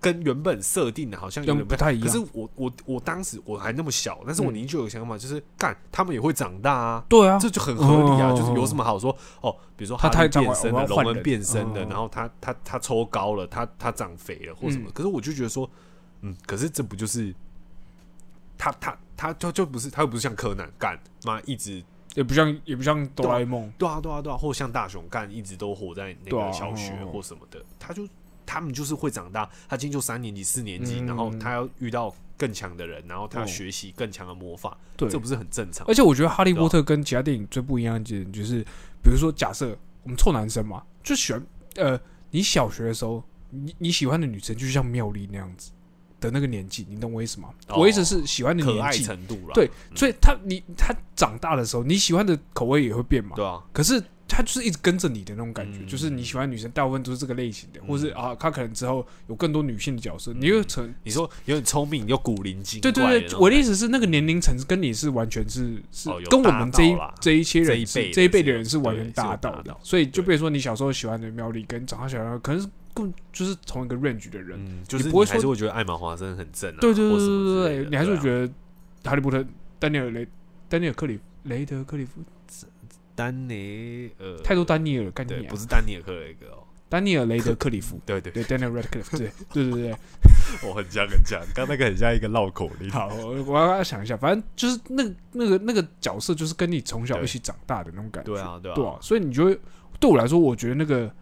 B: 跟原本设定的好像有
A: 跟
B: 点
A: 不太一
B: 可是
A: 样。
B: 我我我当时我还那么小，但是我
A: 嗯
B: 凝聚有个想法，就是干他们也会长大啊，
A: 对啊，
B: 这就很合理啊，
A: 哦
B: 就是有什么好说哦？比如说
A: 他
B: 哈利
A: 太长
B: 变
A: 了
B: 身
A: 我
B: 了，
A: 要
B: 龙
A: 换
B: 门
A: 人
B: 变身了，
A: 哦
B: 然后他他他抽高了，他他长肥了或什么？
A: 嗯
B: 可是我就觉得说，嗯，可是这不就是他他他就就不是他又不是像柯南干妈一直
A: 也不像也不像哆啦 A 梦，
B: 对啊对啊对啊，或像大雄干一直都活在那
A: 对啊
B: 个小学
A: 哦
B: 或什么的，他就他们就是会长大，他进就三年级四年级，
A: 嗯
B: 然后他要遇到更强的人，然后他要
A: 哦
B: 学习更强的魔法，
A: 对，
B: 这不是很正常？
A: 而且我觉得《哈
B: 啊
A: 利波特》跟其他电影最不一样的点就是，比如说假设我们臭男生嘛，就喜欢呃，你小学的时候，你你喜欢的女生就像妙丽那样子的那个年纪，你懂我意思吗？
B: 哦
A: 我意思是喜欢的
B: 可爱
A: 年纪，
B: 程度了，
A: 对，
B: 嗯
A: 所以他你他长大的时候，你喜欢的口味也会变嘛。
B: 对啊，
A: 可是他就是一直跟着你的那种感觉，
B: 嗯
A: 就是你喜欢的女生大部分都是这个类型的，
B: 嗯
A: 或是啊，他可能之后有更多女性的角色，你又成
B: 你说有点聪明又古灵精
A: 对
B: 怪
A: 对
B: 那
A: 对，
B: 种
A: 我的
B: 感
A: 意思是，那个年龄层跟你是完全是是
B: 哦有
A: 跟我
B: 搭
A: 们
B: 到
A: 这一
B: 啦
A: 这一些
B: 这一
A: 人是
B: 辈的
A: 这一辈
B: 是
A: 的
B: 有
A: 人是完
B: 对
A: 全
B: 是有
A: 搭到
B: 搭
A: 的
B: 到，
A: 所以就
B: 对
A: 比如说你小时候喜欢的妙丽跟长大喜欢的，可能是更就是同一个 range 的
B: 觉
A: 人，
B: 嗯，就是
A: 你不会
B: 你还是
A: 说
B: 会觉得艾玛华森很正啊，
A: 对对
B: 或
A: 对
B: 什么之
A: 对
B: 类
A: 对
B: 的
A: 你还是会
B: 对啊
A: 觉得哈利波特丹尼尔雷丹尼尔克里雷德克里夫
B: 丹尼呃
A: 太多丹尼尔了，干
B: 对，
A: 你啊
B: 不！是丹尼尔克雷格哦，
A: 丹尼尔·雷德克里夫，
B: 对对，
A: 对，Daniel Radcliffe，对，对对对。哦
B: 我很像很像，刚那个很像一个绕口 令。
A: 好，我我要想一下，反正就是那个那个那个角色，就是跟你从小一起长大的那种感觉，
B: 对啊，对啊，
A: 对啊，所以你就会对我来说，我觉得那个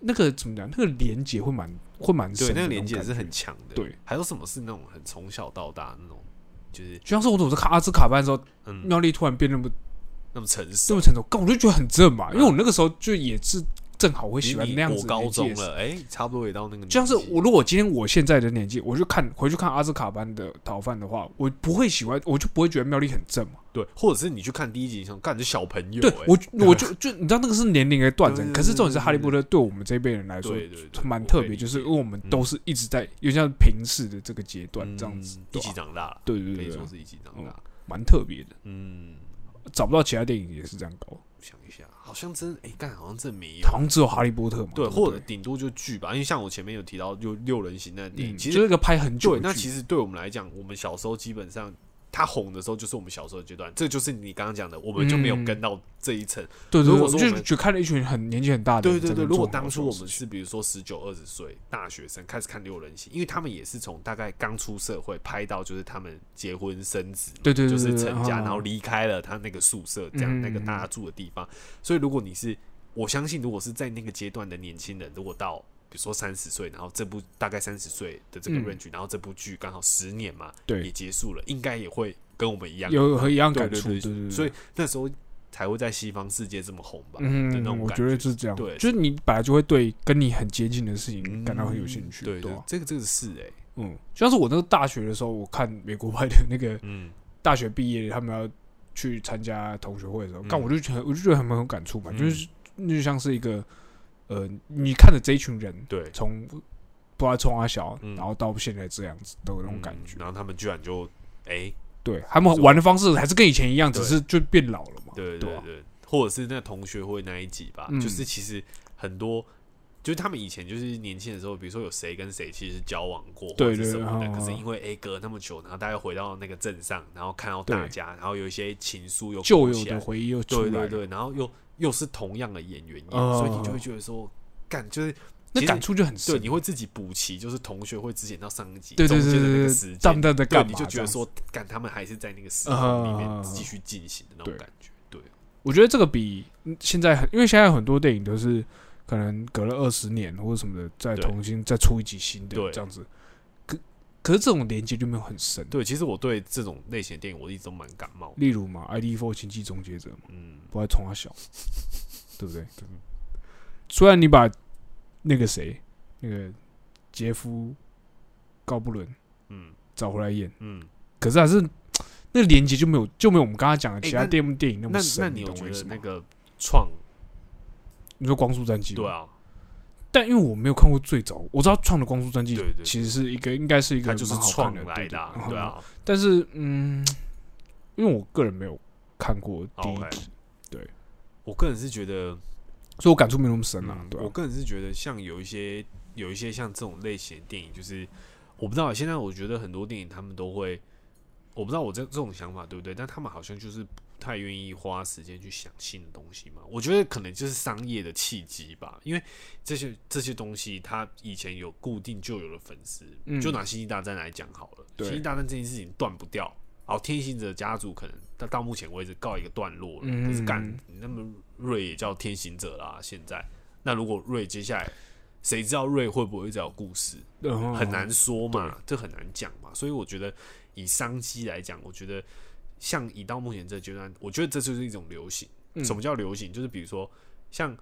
A: 那个怎么讲，那个连接会蛮会蛮深
B: 对，
A: 的
B: 那
A: 种
B: 个
A: 感觉，
B: 连接是很强的。
A: 对，
B: 还有什么是那种很从小到大那种，就是
A: 就像是我走着卡阿兹卡班的时候，
B: 嗯
A: 妙丽突然变那么
B: 那么成
A: 这
B: 熟。
A: 么成熟，干我就觉得很正嘛，
B: 嗯
A: 因为我那个时候就也是正好会
B: 你
A: 喜欢
B: 你
A: 那样
B: 国
A: 子的
B: 高
A: 年纪
B: 中
A: 的时候。
B: 了，哎、差不多也到那个年纪。
A: 就像是我，如果今天我现在的年纪，我就看回去看阿兹卡班的逃犯的话，我不会喜欢，我就不会觉得妙丽很正嘛。
B: 对，或者是你去看第一集，你想干这小朋友、
A: 对
B: 哎
A: 我就，我就就你知道那个是年龄的断层，
B: 对
A: 可是这种
B: 对
A: 是
B: 对
A: 哈利波特对我们这一辈人来说
B: 对对对，
A: 蛮
B: 我
A: 特
B: 可以
A: 别，
B: 理
A: 就是呃
B: 解
A: 因为我们
B: 嗯
A: 都是一直在有像平视的这个阶段这样子
B: 嗯，一
A: 对啊
B: 起
A: 吧
B: 长大了，
A: 对对
B: 可
A: 对
B: 以
A: 对嗯
B: 说，是一起长大。
A: 蛮特别的，
B: 嗯，
A: 找不到其他电影也是这样搞，
B: 我想一下，好像真哎，干、好像真没有。
A: 好像只有哈利波特嘛，
B: 对，
A: 对，
B: 或者顶多就剧吧，因为像我前面有提到，就六人行那个电影，
A: 嗯，
B: 其
A: 就
B: 实
A: 是一个拍很久
B: 对，
A: 的剧，
B: 那其实对我们来讲，我们小时候基本上它红的时候就是我们小时候的阶段，这就是你刚刚讲的，我们就没有
A: 嗯
B: 跟到这一层。
A: 对对，
B: 如
A: 对
B: 果
A: 我
B: 说我
A: 就
B: 们
A: 只看了一群很年纪很大的
B: 对
A: 人在
B: 对
A: 那
B: 对，
A: 边做很好的事情，
B: 如果当初我们是比如说十九二十岁大学生开始看六人行，因为他们也是从大概刚出社会拍到就是他们结婚生子嘛，
A: 对对对
B: 就是
A: 对对
B: 成家，
A: 啊
B: 然后离开了他那个宿舍，这样
A: 嗯
B: 那个大家住的地方。所以如果你是，我相信如果是在那个阶段的年轻人，如果到比如说三十岁，然后这部大概三十岁的这个
A: 嗯
B: range，然后这部剧刚好十年嘛，也
A: 对
B: 结束了，应该也会跟我们一样
A: 有和一样
B: 对
A: 感触，
B: 对
A: 对对，
B: 所以那时候才会在西方世界这么红吧的那
A: 嗯，
B: 种
A: 我
B: 感
A: 觉得是这样，
B: 对
A: 就是你本来就会对跟你很接近的事情感到很有兴趣，
B: 嗯对
A: 嗯对
B: 对
A: 啊，
B: 这个这个是哎、
A: 嗯，就像是我那个大学的时候，我看美国派的那个
B: 嗯，
A: 大学毕业，他们要去参加同学会的时候，
B: 嗯
A: 干、我就觉得我就觉得很很有感触嘛，
B: 嗯
A: 就是那就像是一个呃，你看着这一群人
B: 对，
A: 从不知道从啊小，
B: 嗯
A: 然后到现在这样子的那种感觉，
B: 然后他们居然就哎、
A: 对他们玩的方式还是跟以前一样，只
B: 对
A: 是就变老了嘛，
B: 对
A: 对
B: 对
A: 啊
B: 对，或者是那同学会那一集吧，
A: 嗯
B: 就是其实很多。就是他们以前就是年轻的时候，比如说有谁跟谁其实是交往过或
A: 对
B: 者是
A: 对
B: 什么的，
A: 啊
B: 可是因为 A 隔那么久，然后大家回到那个镇上，然后看到大
A: 对
B: 家，然后有一些情书又
A: 旧
B: 勾
A: 有
B: 起来
A: 的回忆又出来
B: 对
A: 了，
B: 对对，然后又又是同样的演员演，
A: 哦
B: 所以你就会觉得说，干就是
A: 那
B: 其实
A: 感触就很深
B: 对，，你会自己补齐，就是同学会之前到上一集
A: 对对
B: 中
A: 对
B: 间的那
A: 对
B: 个
A: 对
B: 时，
A: 淡淡
B: 间，
A: 的
B: 对，
A: 干嘛
B: 你就觉
A: 这
B: 得
A: 样啊
B: 说，干他们还是在那个时空里面继续进行的那种
A: 对
B: 感觉，对，
A: 我觉得这个比嗯现在很，因为现在很多电影都是可能隔了二十年或者什么的，再
B: 对
A: 重新再出一集新的
B: 对
A: 这样子。可可是这种连接就没有很深。
B: 对，其实我对这种类型的电影我一直都蛮感冒的，
A: 例如嘛，《ID Four 经济终结者》嘛，
B: 嗯，
A: 不爱冲他 小，对不对？虽然你把那个谁，那个杰夫·高布伦
B: 嗯
A: 找回来演，
B: 嗯，
A: 可是还是那个连接就没有就没有我们刚才讲的
B: 诶
A: 其他
B: 哎那
A: 电电影那
B: 那
A: 么深。
B: 那你有
A: 懂我
B: 觉
A: 意
B: 得
A: 思吗
B: 那个创
A: 你说《光速战记》吗
B: 对啊，
A: 但因为我没有看过最早，我知道创的光速战记
B: 对对对
A: 其实是一个应该是一个
B: 它就是
A: 蛮好看
B: 创
A: 的
B: 来的啊，
A: 对
B: 对
A: 嗯
B: 啊，
A: 但是嗯，因为我个人没有看过 第一
B: 哦 OK
A: 集，
B: 我个人是觉得。
A: 所以我感触没那么深啊
B: 嗯。
A: 对啊
B: 我个人是觉得像有一些有一些像这种类型的电影，就是我不知道现在我觉得很多电影他们都会，我不知道我这这种想法对不对，但他们好像就是不太愿意花时间去想新的东西嘛。我觉得可能就是商业的契机吧，因为这些这些东西它以前有固定就有的粉丝，
A: 嗯
B: 就拿《星际大战》来讲好了，《
A: 对
B: 星际大战》这件事情断不掉。好，天行者家族可能到到目前为止告一个段落了，
A: 嗯
B: 可是干你那么瑞也叫天行者啦，现在那如果瑞接下来，谁知道瑞会不会再有故事？
A: 然后
B: 呃很难说
A: 哦
B: 嘛，这很难讲嘛。所以我觉得以商机来讲，我觉得像以到目前这阶段，我觉得这就是一种流行。
A: 嗯
B: 什么叫流行？就是比如说像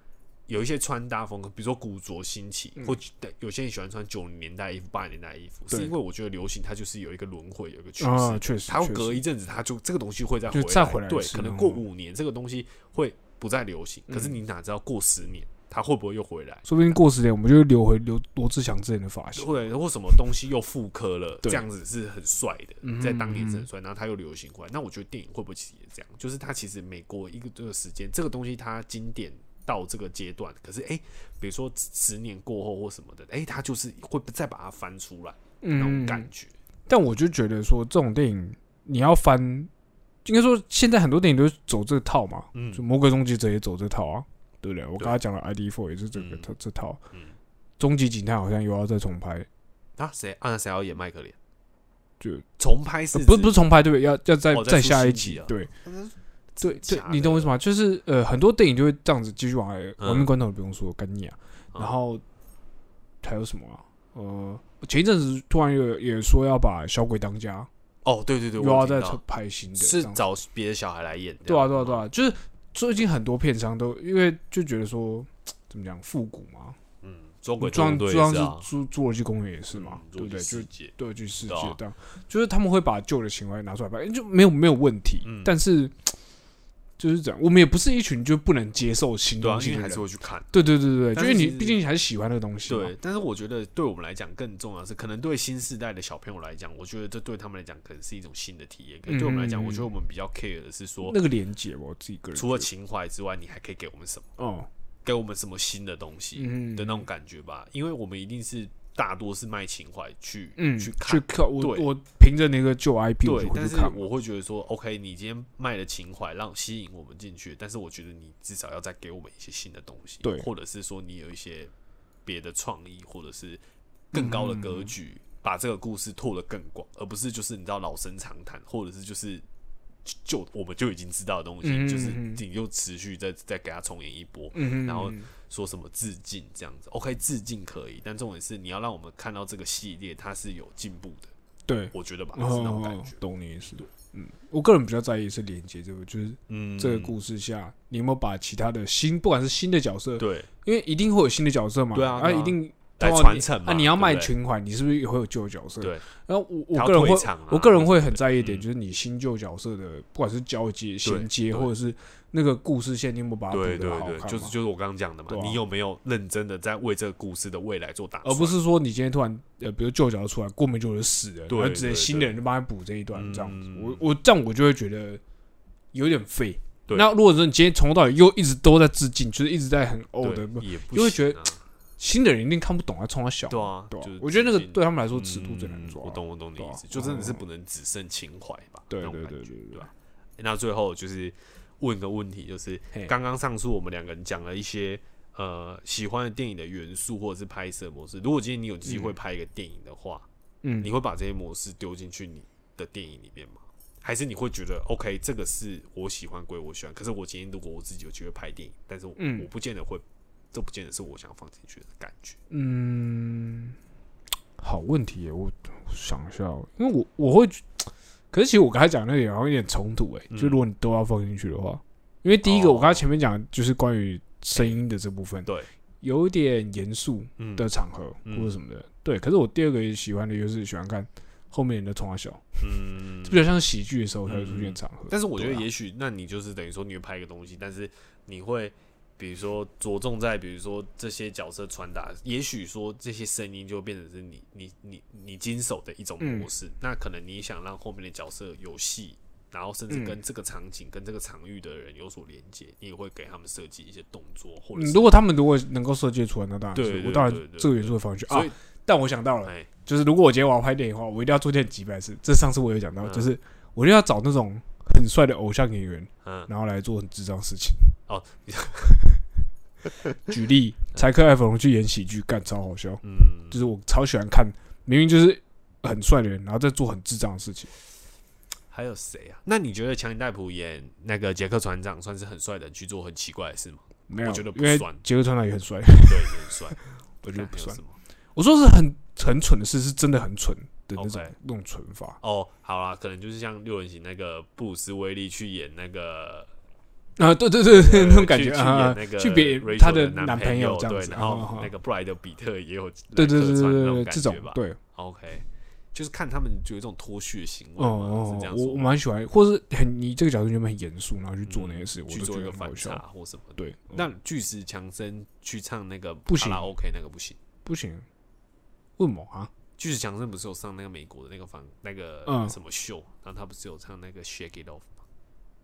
B: 有一些穿搭风格，比如说古着兴起，或有些人喜欢穿九零年代衣服、八零年代衣服，
A: 嗯对
B: 是因为我觉得流行它就是有一个轮回，有一个趋势。
A: 啊，确实，
B: 它会
A: 确实
B: 隔一阵子，它就这个东西会再
A: 就
B: 回
A: 再回来一
B: 对，
A: 次
B: 可能
A: 嗯
B: 过五年这个东西会不再流行，可是你哪知道过十年它会不会又回来？
A: 说不定过十年我们就留回刘罗志祥之前的发型。
B: 或者或什么东西又复刻了，
A: 对
B: 这样子是很帅
A: 嗯
B: 的，
A: 哼
B: 在当年是很帅，然后它又流行回来。那我觉得电影会不会其实也这样？就是它其实每过一个这个时间，这个东西它经典到这个阶段，可是哎、比如说十年过后或什么的，哎、它就是会再把它翻出来那种
A: 嗯，
B: 感觉。
A: 但我就觉得说这种电影你要翻，应该说现在很多电影都是走这套嘛，
B: 嗯
A: 就《魔鬼终结者》也走这套啊，对不对？我刚才讲了 ID Four 也是这个
B: 嗯
A: 这这套，
B: 嗯，
A: 终极警探好像又要再重拍，
B: 啊，谁啊？谁要演麦克连？
A: 就
B: 重拍是
A: 呃不是不
B: 是
A: 是重拍对不对？要要再
B: 哦再
A: 再
B: 出
A: 下一
B: 新集
A: 集
B: 啊，
A: 对
B: 嗯
A: 对对
B: 真假，
A: 你
B: 的
A: 懂我意思吗？就是呃，很多电影就会这样子继续往来，
B: 嗯
A: 亡命关头不用说，干你啊！
B: 啊
A: 然后还有什么啊？呃，前一阵子突然也也说要把《小鬼当家
B: 哦，对对》对，
A: 又
B: 我
A: 要
B: 有听
A: 再
B: 到
A: 拍新的，这
B: 是
A: 样子
B: 找别的小孩来演，
A: 对啊，对啊，对，啊，就是最近很多片商都因为就觉得说怎么讲复古嘛，
B: 嗯，捉
A: 就
B: 鬼
A: 像就
B: 特工队
A: 像
B: 也
A: 是
B: 是啊
A: 侏侏罗纪公园也是嘛
B: 嗯，
A: 对不对？就
B: 世界
A: 对，去世界
B: 对啊
A: 这样，就是他们会把旧的情怀拿出来拍，就没有没有问题
B: 嗯。
A: 但是就是这样，我们也不是一群就不能接受新
B: 对啊
A: 东，西
B: 因为
A: 的
B: 还
A: 人
B: 是。会去看。
A: 对对对对，就因
B: 但是
A: 为你
B: 其实
A: 毕竟你还是喜欢那个东西嘛。
B: 对，但是我觉得对我们来讲更重要的是，可能对新时代的小朋友来讲，我觉得这对他们来讲可能是一种新的体验。可能对我们来
A: 嗯
B: 讲，我觉得我们比较 care 的是说，
A: 那个连接，我自己个人
B: 除了
A: 觉
B: 情怀之外，你还可以给我们什么？
A: 得哦，
B: 给我们什么新的东西
A: 嗯
B: 的那种感觉吧？因为我们一定是大多是卖情怀去
A: 嗯，
B: 去
A: 去
B: 看。
A: 看我
B: 对
A: 我凭着那个旧 IP 我
B: 对
A: 就，会
B: 但
A: 去
B: 是
A: 看嘛。
B: 我会觉得说，OK，你今天卖了情怀，让吸引我们进去，但是我觉得你至少要再给我们一些新的东西，
A: 对
B: 或者是说你有一些别的创意，或者是更高的
A: 嗯
B: 格局，把这个故事拓得更广，而不是就是你知道老生常谈，或者是就是就就我们就已经知道的东西，
A: 嗯
B: 就是
A: 嗯嗯
B: 你就持续再再给它重演一波，
A: 嗯，
B: 然后说什么致敬这样子，OK，致敬可以，但重点是你要让我们看到这个系列它是有进步的，
A: 对，
B: 我觉得吧，是那种感
A: 哦
B: 觉，，
A: 懂你意思。嗯，我个人比较在意是连接这个，就是
B: 嗯，
A: 这个故事下，你有没有把其他的新，不管是新的角色，
B: 对
A: 因为一定会有新的角色嘛，
B: 对啊对啊
A: 一定
B: 来
A: 通常
B: 传
A: 你
B: 承嘛
A: 啊，你要
B: 对不
A: 卖
B: 对
A: 情怀，你是不是也会有旧的角色？
B: 对，
A: 然后我
B: 还
A: 我
B: 要
A: 个人
B: 退
A: 会
B: 场啊，
A: 我个人会
B: 或者
A: 很在意一点，
B: 嗯
A: 就是你新旧角色的，不管是交接、衔
B: 对
A: 接，或者是那个故事线，你有没有把它补
B: 对
A: 的
B: 对
A: 好看
B: 对
A: 嘛？，
B: 就是就是我刚刚讲的嘛
A: 对，啊
B: 你有没有认真的在为这个故事的未来做打算？
A: 而不是说你今天突然呃，比如旧角色出来，过没久就死了，
B: 对
A: 然后直
B: 对
A: 接新
B: 对
A: 的人就帮他补这一段，
B: 嗯
A: 这样子，我我这样我就会觉得有点废。
B: 对
A: 那如果说你今天从头到尾又一直都在致敬，就是一直在很 old 的，
B: 对，也不
A: 哦因为
B: 行
A: 觉得
B: 啊
A: 新的人一定看不懂啊，冲他小，
B: 对啊，
A: 对啊
B: 就是
A: 我觉得那
B: 最
A: 个
B: 近
A: 对他们来说尺度最难抓
B: 嗯。我懂我懂你
A: 对啊
B: 意思，就真的是不能只剩情怀吧，
A: 对
B: 那种
A: 对
B: 感
A: 对
B: 觉
A: 对对
B: 对吧？诶那最后就是问个问题，就是
A: 嘿
B: 刚刚上述我们两个人讲了一些呃喜欢的电影的元素或者是拍摄模式。如果今天你有机会拍一个电影的话，
A: 嗯
B: 你，会把这些模式丢进去你的电影里面吗？还是你会觉得 OK，这个是我喜欢归我喜欢，可是我今天如果我自己有机会拍电影，但是我、
A: 嗯
B: 我不见得会，这不见得是我想放进去的感觉。
A: 嗯，好问题耶，我我想一下哦，因为我我会觉，可是其实我刚才讲的那点好像有点冲突哎，
B: 嗯
A: 就如果你都要放进去的话，因为第一个
B: 哦
A: 我刚才前面讲的就是关于声音的这部分，
B: 对，
A: 有一点严肃
B: 嗯，
A: 的场合
B: 嗯
A: 或者什么的，对。可是我第二个喜欢的就是喜欢看后面人的冲啊笑，
B: 嗯
A: 这比较像喜剧的时候才会出现场合，
B: 但是我觉得
A: 对啊
B: 也许，那你就是等于说你会拍一个东西，但是你会比如说着重在比如说这些角色传达，也许说这些声音就会变成是你你你你经手的一种模式。
A: 嗯
B: 那可能你想让后面的角色有戏，然后
A: 嗯
B: 甚至跟这个场景、跟这个场域的人有所连接，你也会给他们设计一些动作或者
A: 嗯
B: 是。
A: 如果他们如果能够设计出来，那当然
B: 对
A: 是
B: 对
A: 我当
B: 对
A: 然
B: 对
A: 这个元素会放进去
B: 所
A: 啊
B: 以。
A: 但我想到了，
B: 哎，
A: 就是如果我今天我要拍电影的话，我一定要做件几百事。这上次我有讲到，
B: 嗯
A: 就是我就要找那种很帅的偶像演员，
B: 嗯，
A: 然后来做很智障的事情。
B: 哦，
A: 举例，柴克艾弗隆去演喜剧，干超好笑。
B: 嗯，
A: 就是我超喜欢看，明明就是很帅的人，然后再做很智障的事情。
B: 还有谁啊？那你觉得强尼戴普演那个杰克船长算是很帅的人去做很奇怪的事吗？
A: 没有，
B: 我觉得不
A: 因为
B: 算
A: 杰克船长也很帅，
B: 对，也很帅，
A: 我觉得
B: 干
A: 不
B: 还有
A: 算
B: 什。么
A: 我说是很很蠢的事，是真的很蠢的那种
B: OK
A: 那种蠢法。
B: 哦，好啦，可能就是像六人行那个布鲁斯威利去演那 个
A: 啊，对对对
B: 呃
A: 对，那种感
B: 去
A: 觉
B: 去演
A: 啊，
B: 那个
A: 去别
B: Rachel
A: 他
B: 的
A: 男
B: 朋
A: 友这样
B: 对，
A: 子，
B: 然
A: 啊啊
B: 后
A: 啊
B: 那个布莱德比特也有
A: 对对
B: 来客
A: 对
B: 串
A: 对
B: 那
A: 对，
B: 感
A: 这
B: 觉
A: 种
B: 吧
A: 对，
B: ，OK，就是看他们有一种脱序的行为
A: 哦
B: 嘛，是
A: 哦，
B: 这样
A: 我
B: 说
A: 我
B: 吗，
A: 蛮喜欢，或是很你这个角度原本很严肃，然后去做那些事，我
B: 嗯去
A: 都
B: 做
A: 觉
B: 一
A: 得
B: 个
A: 很好
B: 反差
A: 笑。
B: 或什么的。
A: 对，嗯
B: 那巨石强森去唱那个
A: 不行
B: OK 那个不行。
A: 不行，为什么啊？
B: 巨石强森不是有上那个美国的那个房那个
A: 嗯
B: 什么秀，然后他不是有唱那个 Shake It Off 吗？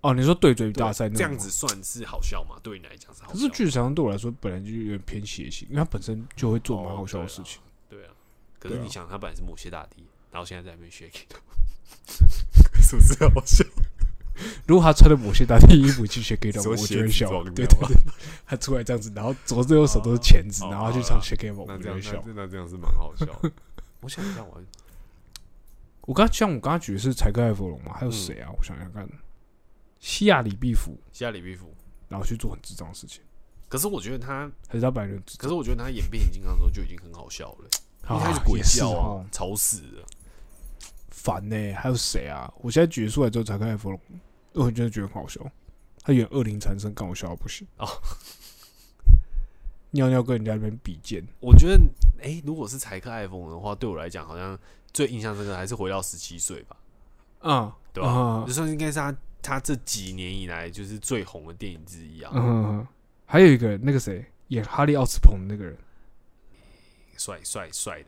A: 哦，你说对嘴
B: 对啊
A: 大赛那种
B: 这样
A: 吗，
B: 子算是好笑吗？对你来讲是好
A: 可
B: 笑吗？
A: 是剧场对我来说本来就有点偏邪性，因为他本身就会做蛮
B: 哦
A: 好笑的
B: 对
A: 事
B: 啦
A: 情。
B: 对啊，可是
A: 对啊
B: 你想， 他本来是某些大帝，然后现在在那边学 K，是不是好笑？
A: 如果他穿的某些当地衣服去 学 K
B: 你
A: m
B: 说
A: 我
B: 鞋
A: 就会
B: 子
A: 笑啊
B: 装。
A: 对
B: 掉
A: 对
B: 吗
A: 对， 他出来这样子，然后左手右手都是钳子，
B: 啊哦
A: 然后
B: 好
A: 去
B: 啦
A: 唱学 K m
B: 那
A: 我
B: 这
A: 就
B: 样
A: 会
B: 那
A: 笑。
B: 这那这样是蛮好 笑的。我想一下，我
A: 我刚像我刚刚举的是柴克艾弗隆嘛，
B: 嗯
A: 还有谁啊？我想想看，西亚里毕福，
B: 家里衣服，
A: 然后去做很智障的事情，
B: 可是我觉得他，
A: 还是他本来就很智
B: 可是我觉得他演变形金刚的时候就已经很好笑了，
A: 障
B: 一开始
A: 啊
B: 鬼
A: 也是
B: 叫
A: 哦
B: 啊，，吵死了。
A: 烦呢、还有谁啊？我现在举出来之后，柴克艾弗隆，我真的觉得很好笑，他演恶灵缠身，干我笑到不行
B: 哦。
A: 尿尿跟人家那边比剑，
B: 我觉得，哎，如果是柴克艾风的话，对我来讲，好像最印象深刻还是回到十七岁吧，
A: 嗯，
B: 啊对吧？
A: 嗯
B: 就算应该是他他这几年以来就是最红的电影之一啊，
A: 嗯，还有一个那个谁演哈利奥斯彭的那个人，
B: 帅帅帅的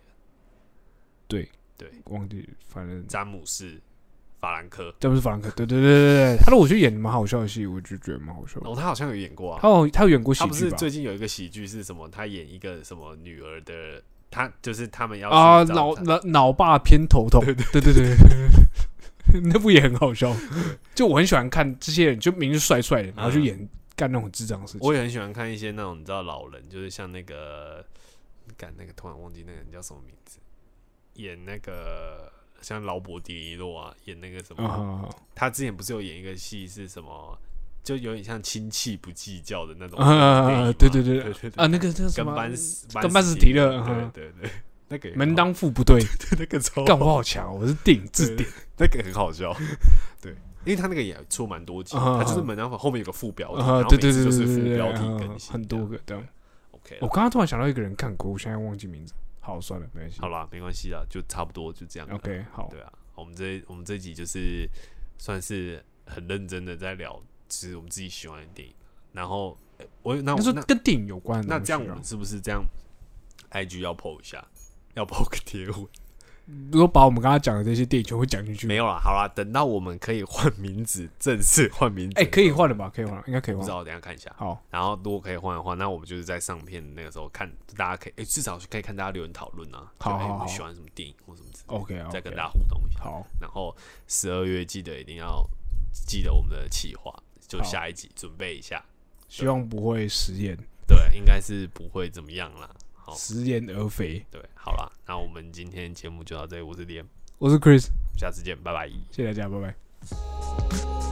A: 对
B: 对，
A: 忘记反正
B: 詹姆斯法兰克，
A: 詹姆斯法兰克，对对对对对，他的我觉得演得蛮好笑的戏，我就觉得蛮好笑的。
B: 哦，他好像有演过啊，
A: 他有他有演过喜
B: 他不
A: 剧
B: 是
A: 吧？
B: 最近有一个喜剧是什么？他演一个什么女儿的，他就是他们要去
A: 啊，
B: 找
A: 脑
B: 他
A: 脑脑爸偏头痛，对对对对，那部也很好笑。就我很喜欢看这些人，就明明是帅帅的，然后就演干那种智障的事情。
B: 我也很喜欢看一些那种你知道老人，就是像那个，干那个突然忘记那个人叫什么名字，演那个像劳勃迪尼洛啊，演那个什么，
A: 啊
B: 他之前不是有演一个戏是什么，就有点像亲戚不计较的那种电影
A: 啊
B: 嘛，
A: 对对对
B: 对对
A: 啊，那个叫什
B: 跟
A: 么
B: 班
A: 跟
B: 班
A: 班斯
B: 提
A: 提勒
B: 对
A: 嗯
B: 对对， 那个也很
A: 门
B: 好
A: 当户不对，
B: 那个超
A: 干我好强，我是电影字典。
B: 典，那个很好 笑。对，因为他那个也出蛮多集，
A: 啊
B: 他就是门当户后面有个副标题，然
A: 啊，
B: 后
A: 对
B: 每
A: 对
B: 次
A: 对
B: 就
A: 对
B: 是
A: 对
B: 副
A: 对，
B: 标题
A: 啊
B: 更新，
A: 很多。个这样。
B: OK，
A: 我刚刚突然想到一个人看过，我现在忘记名字。好，算了，没关系。
B: 好啦，没关系啦，就差不多就这样了。
A: OK，好，
B: 对啊，我们这我们这集就是算是很认真的在聊，就是我们自己喜欢的电影。然后呃我那
A: 那
B: 我
A: 是
B: 那
A: 跟电影有关的
B: 那
A: 东西
B: 这
A: 啊。
B: 样，我们是不是这样？IG 要 PO 一下，要 PO 个贴
A: 嗯
B: 文。
A: 如果把我们刚刚讲的这些电影全部讲进去，
B: 没有啦，好啦，等到我们可以换名字，正式换名字。
A: 哎，可以，换了吧？可以换了，应该可以
B: 不
A: 换
B: 知
A: 了。
B: 道，等一下看一下。
A: 好，
B: 然后如果可以换的话，那我们就是在上片那个时候看，大家可以、诶至少可以看大家留言讨论啊，
A: 好
B: 就诶
A: 好
B: 你们
A: 好
B: 喜欢什么电影或什么之类的
A: OK，
B: 再跟
A: OK
B: 大家互动一下。
A: 好，
B: 然后十二月记得一定要记得我们的企划，就
A: 好
B: 下一集准备一下。
A: 希望不会食言，
B: 对，应该是不会怎么样啦。好，
A: 食言而肥。
B: 对，好啦，那我们今天节目就到这里，我是 DM，
A: 我是 Chris，
B: 下次见，拜拜。
A: 谢谢大家，拜拜。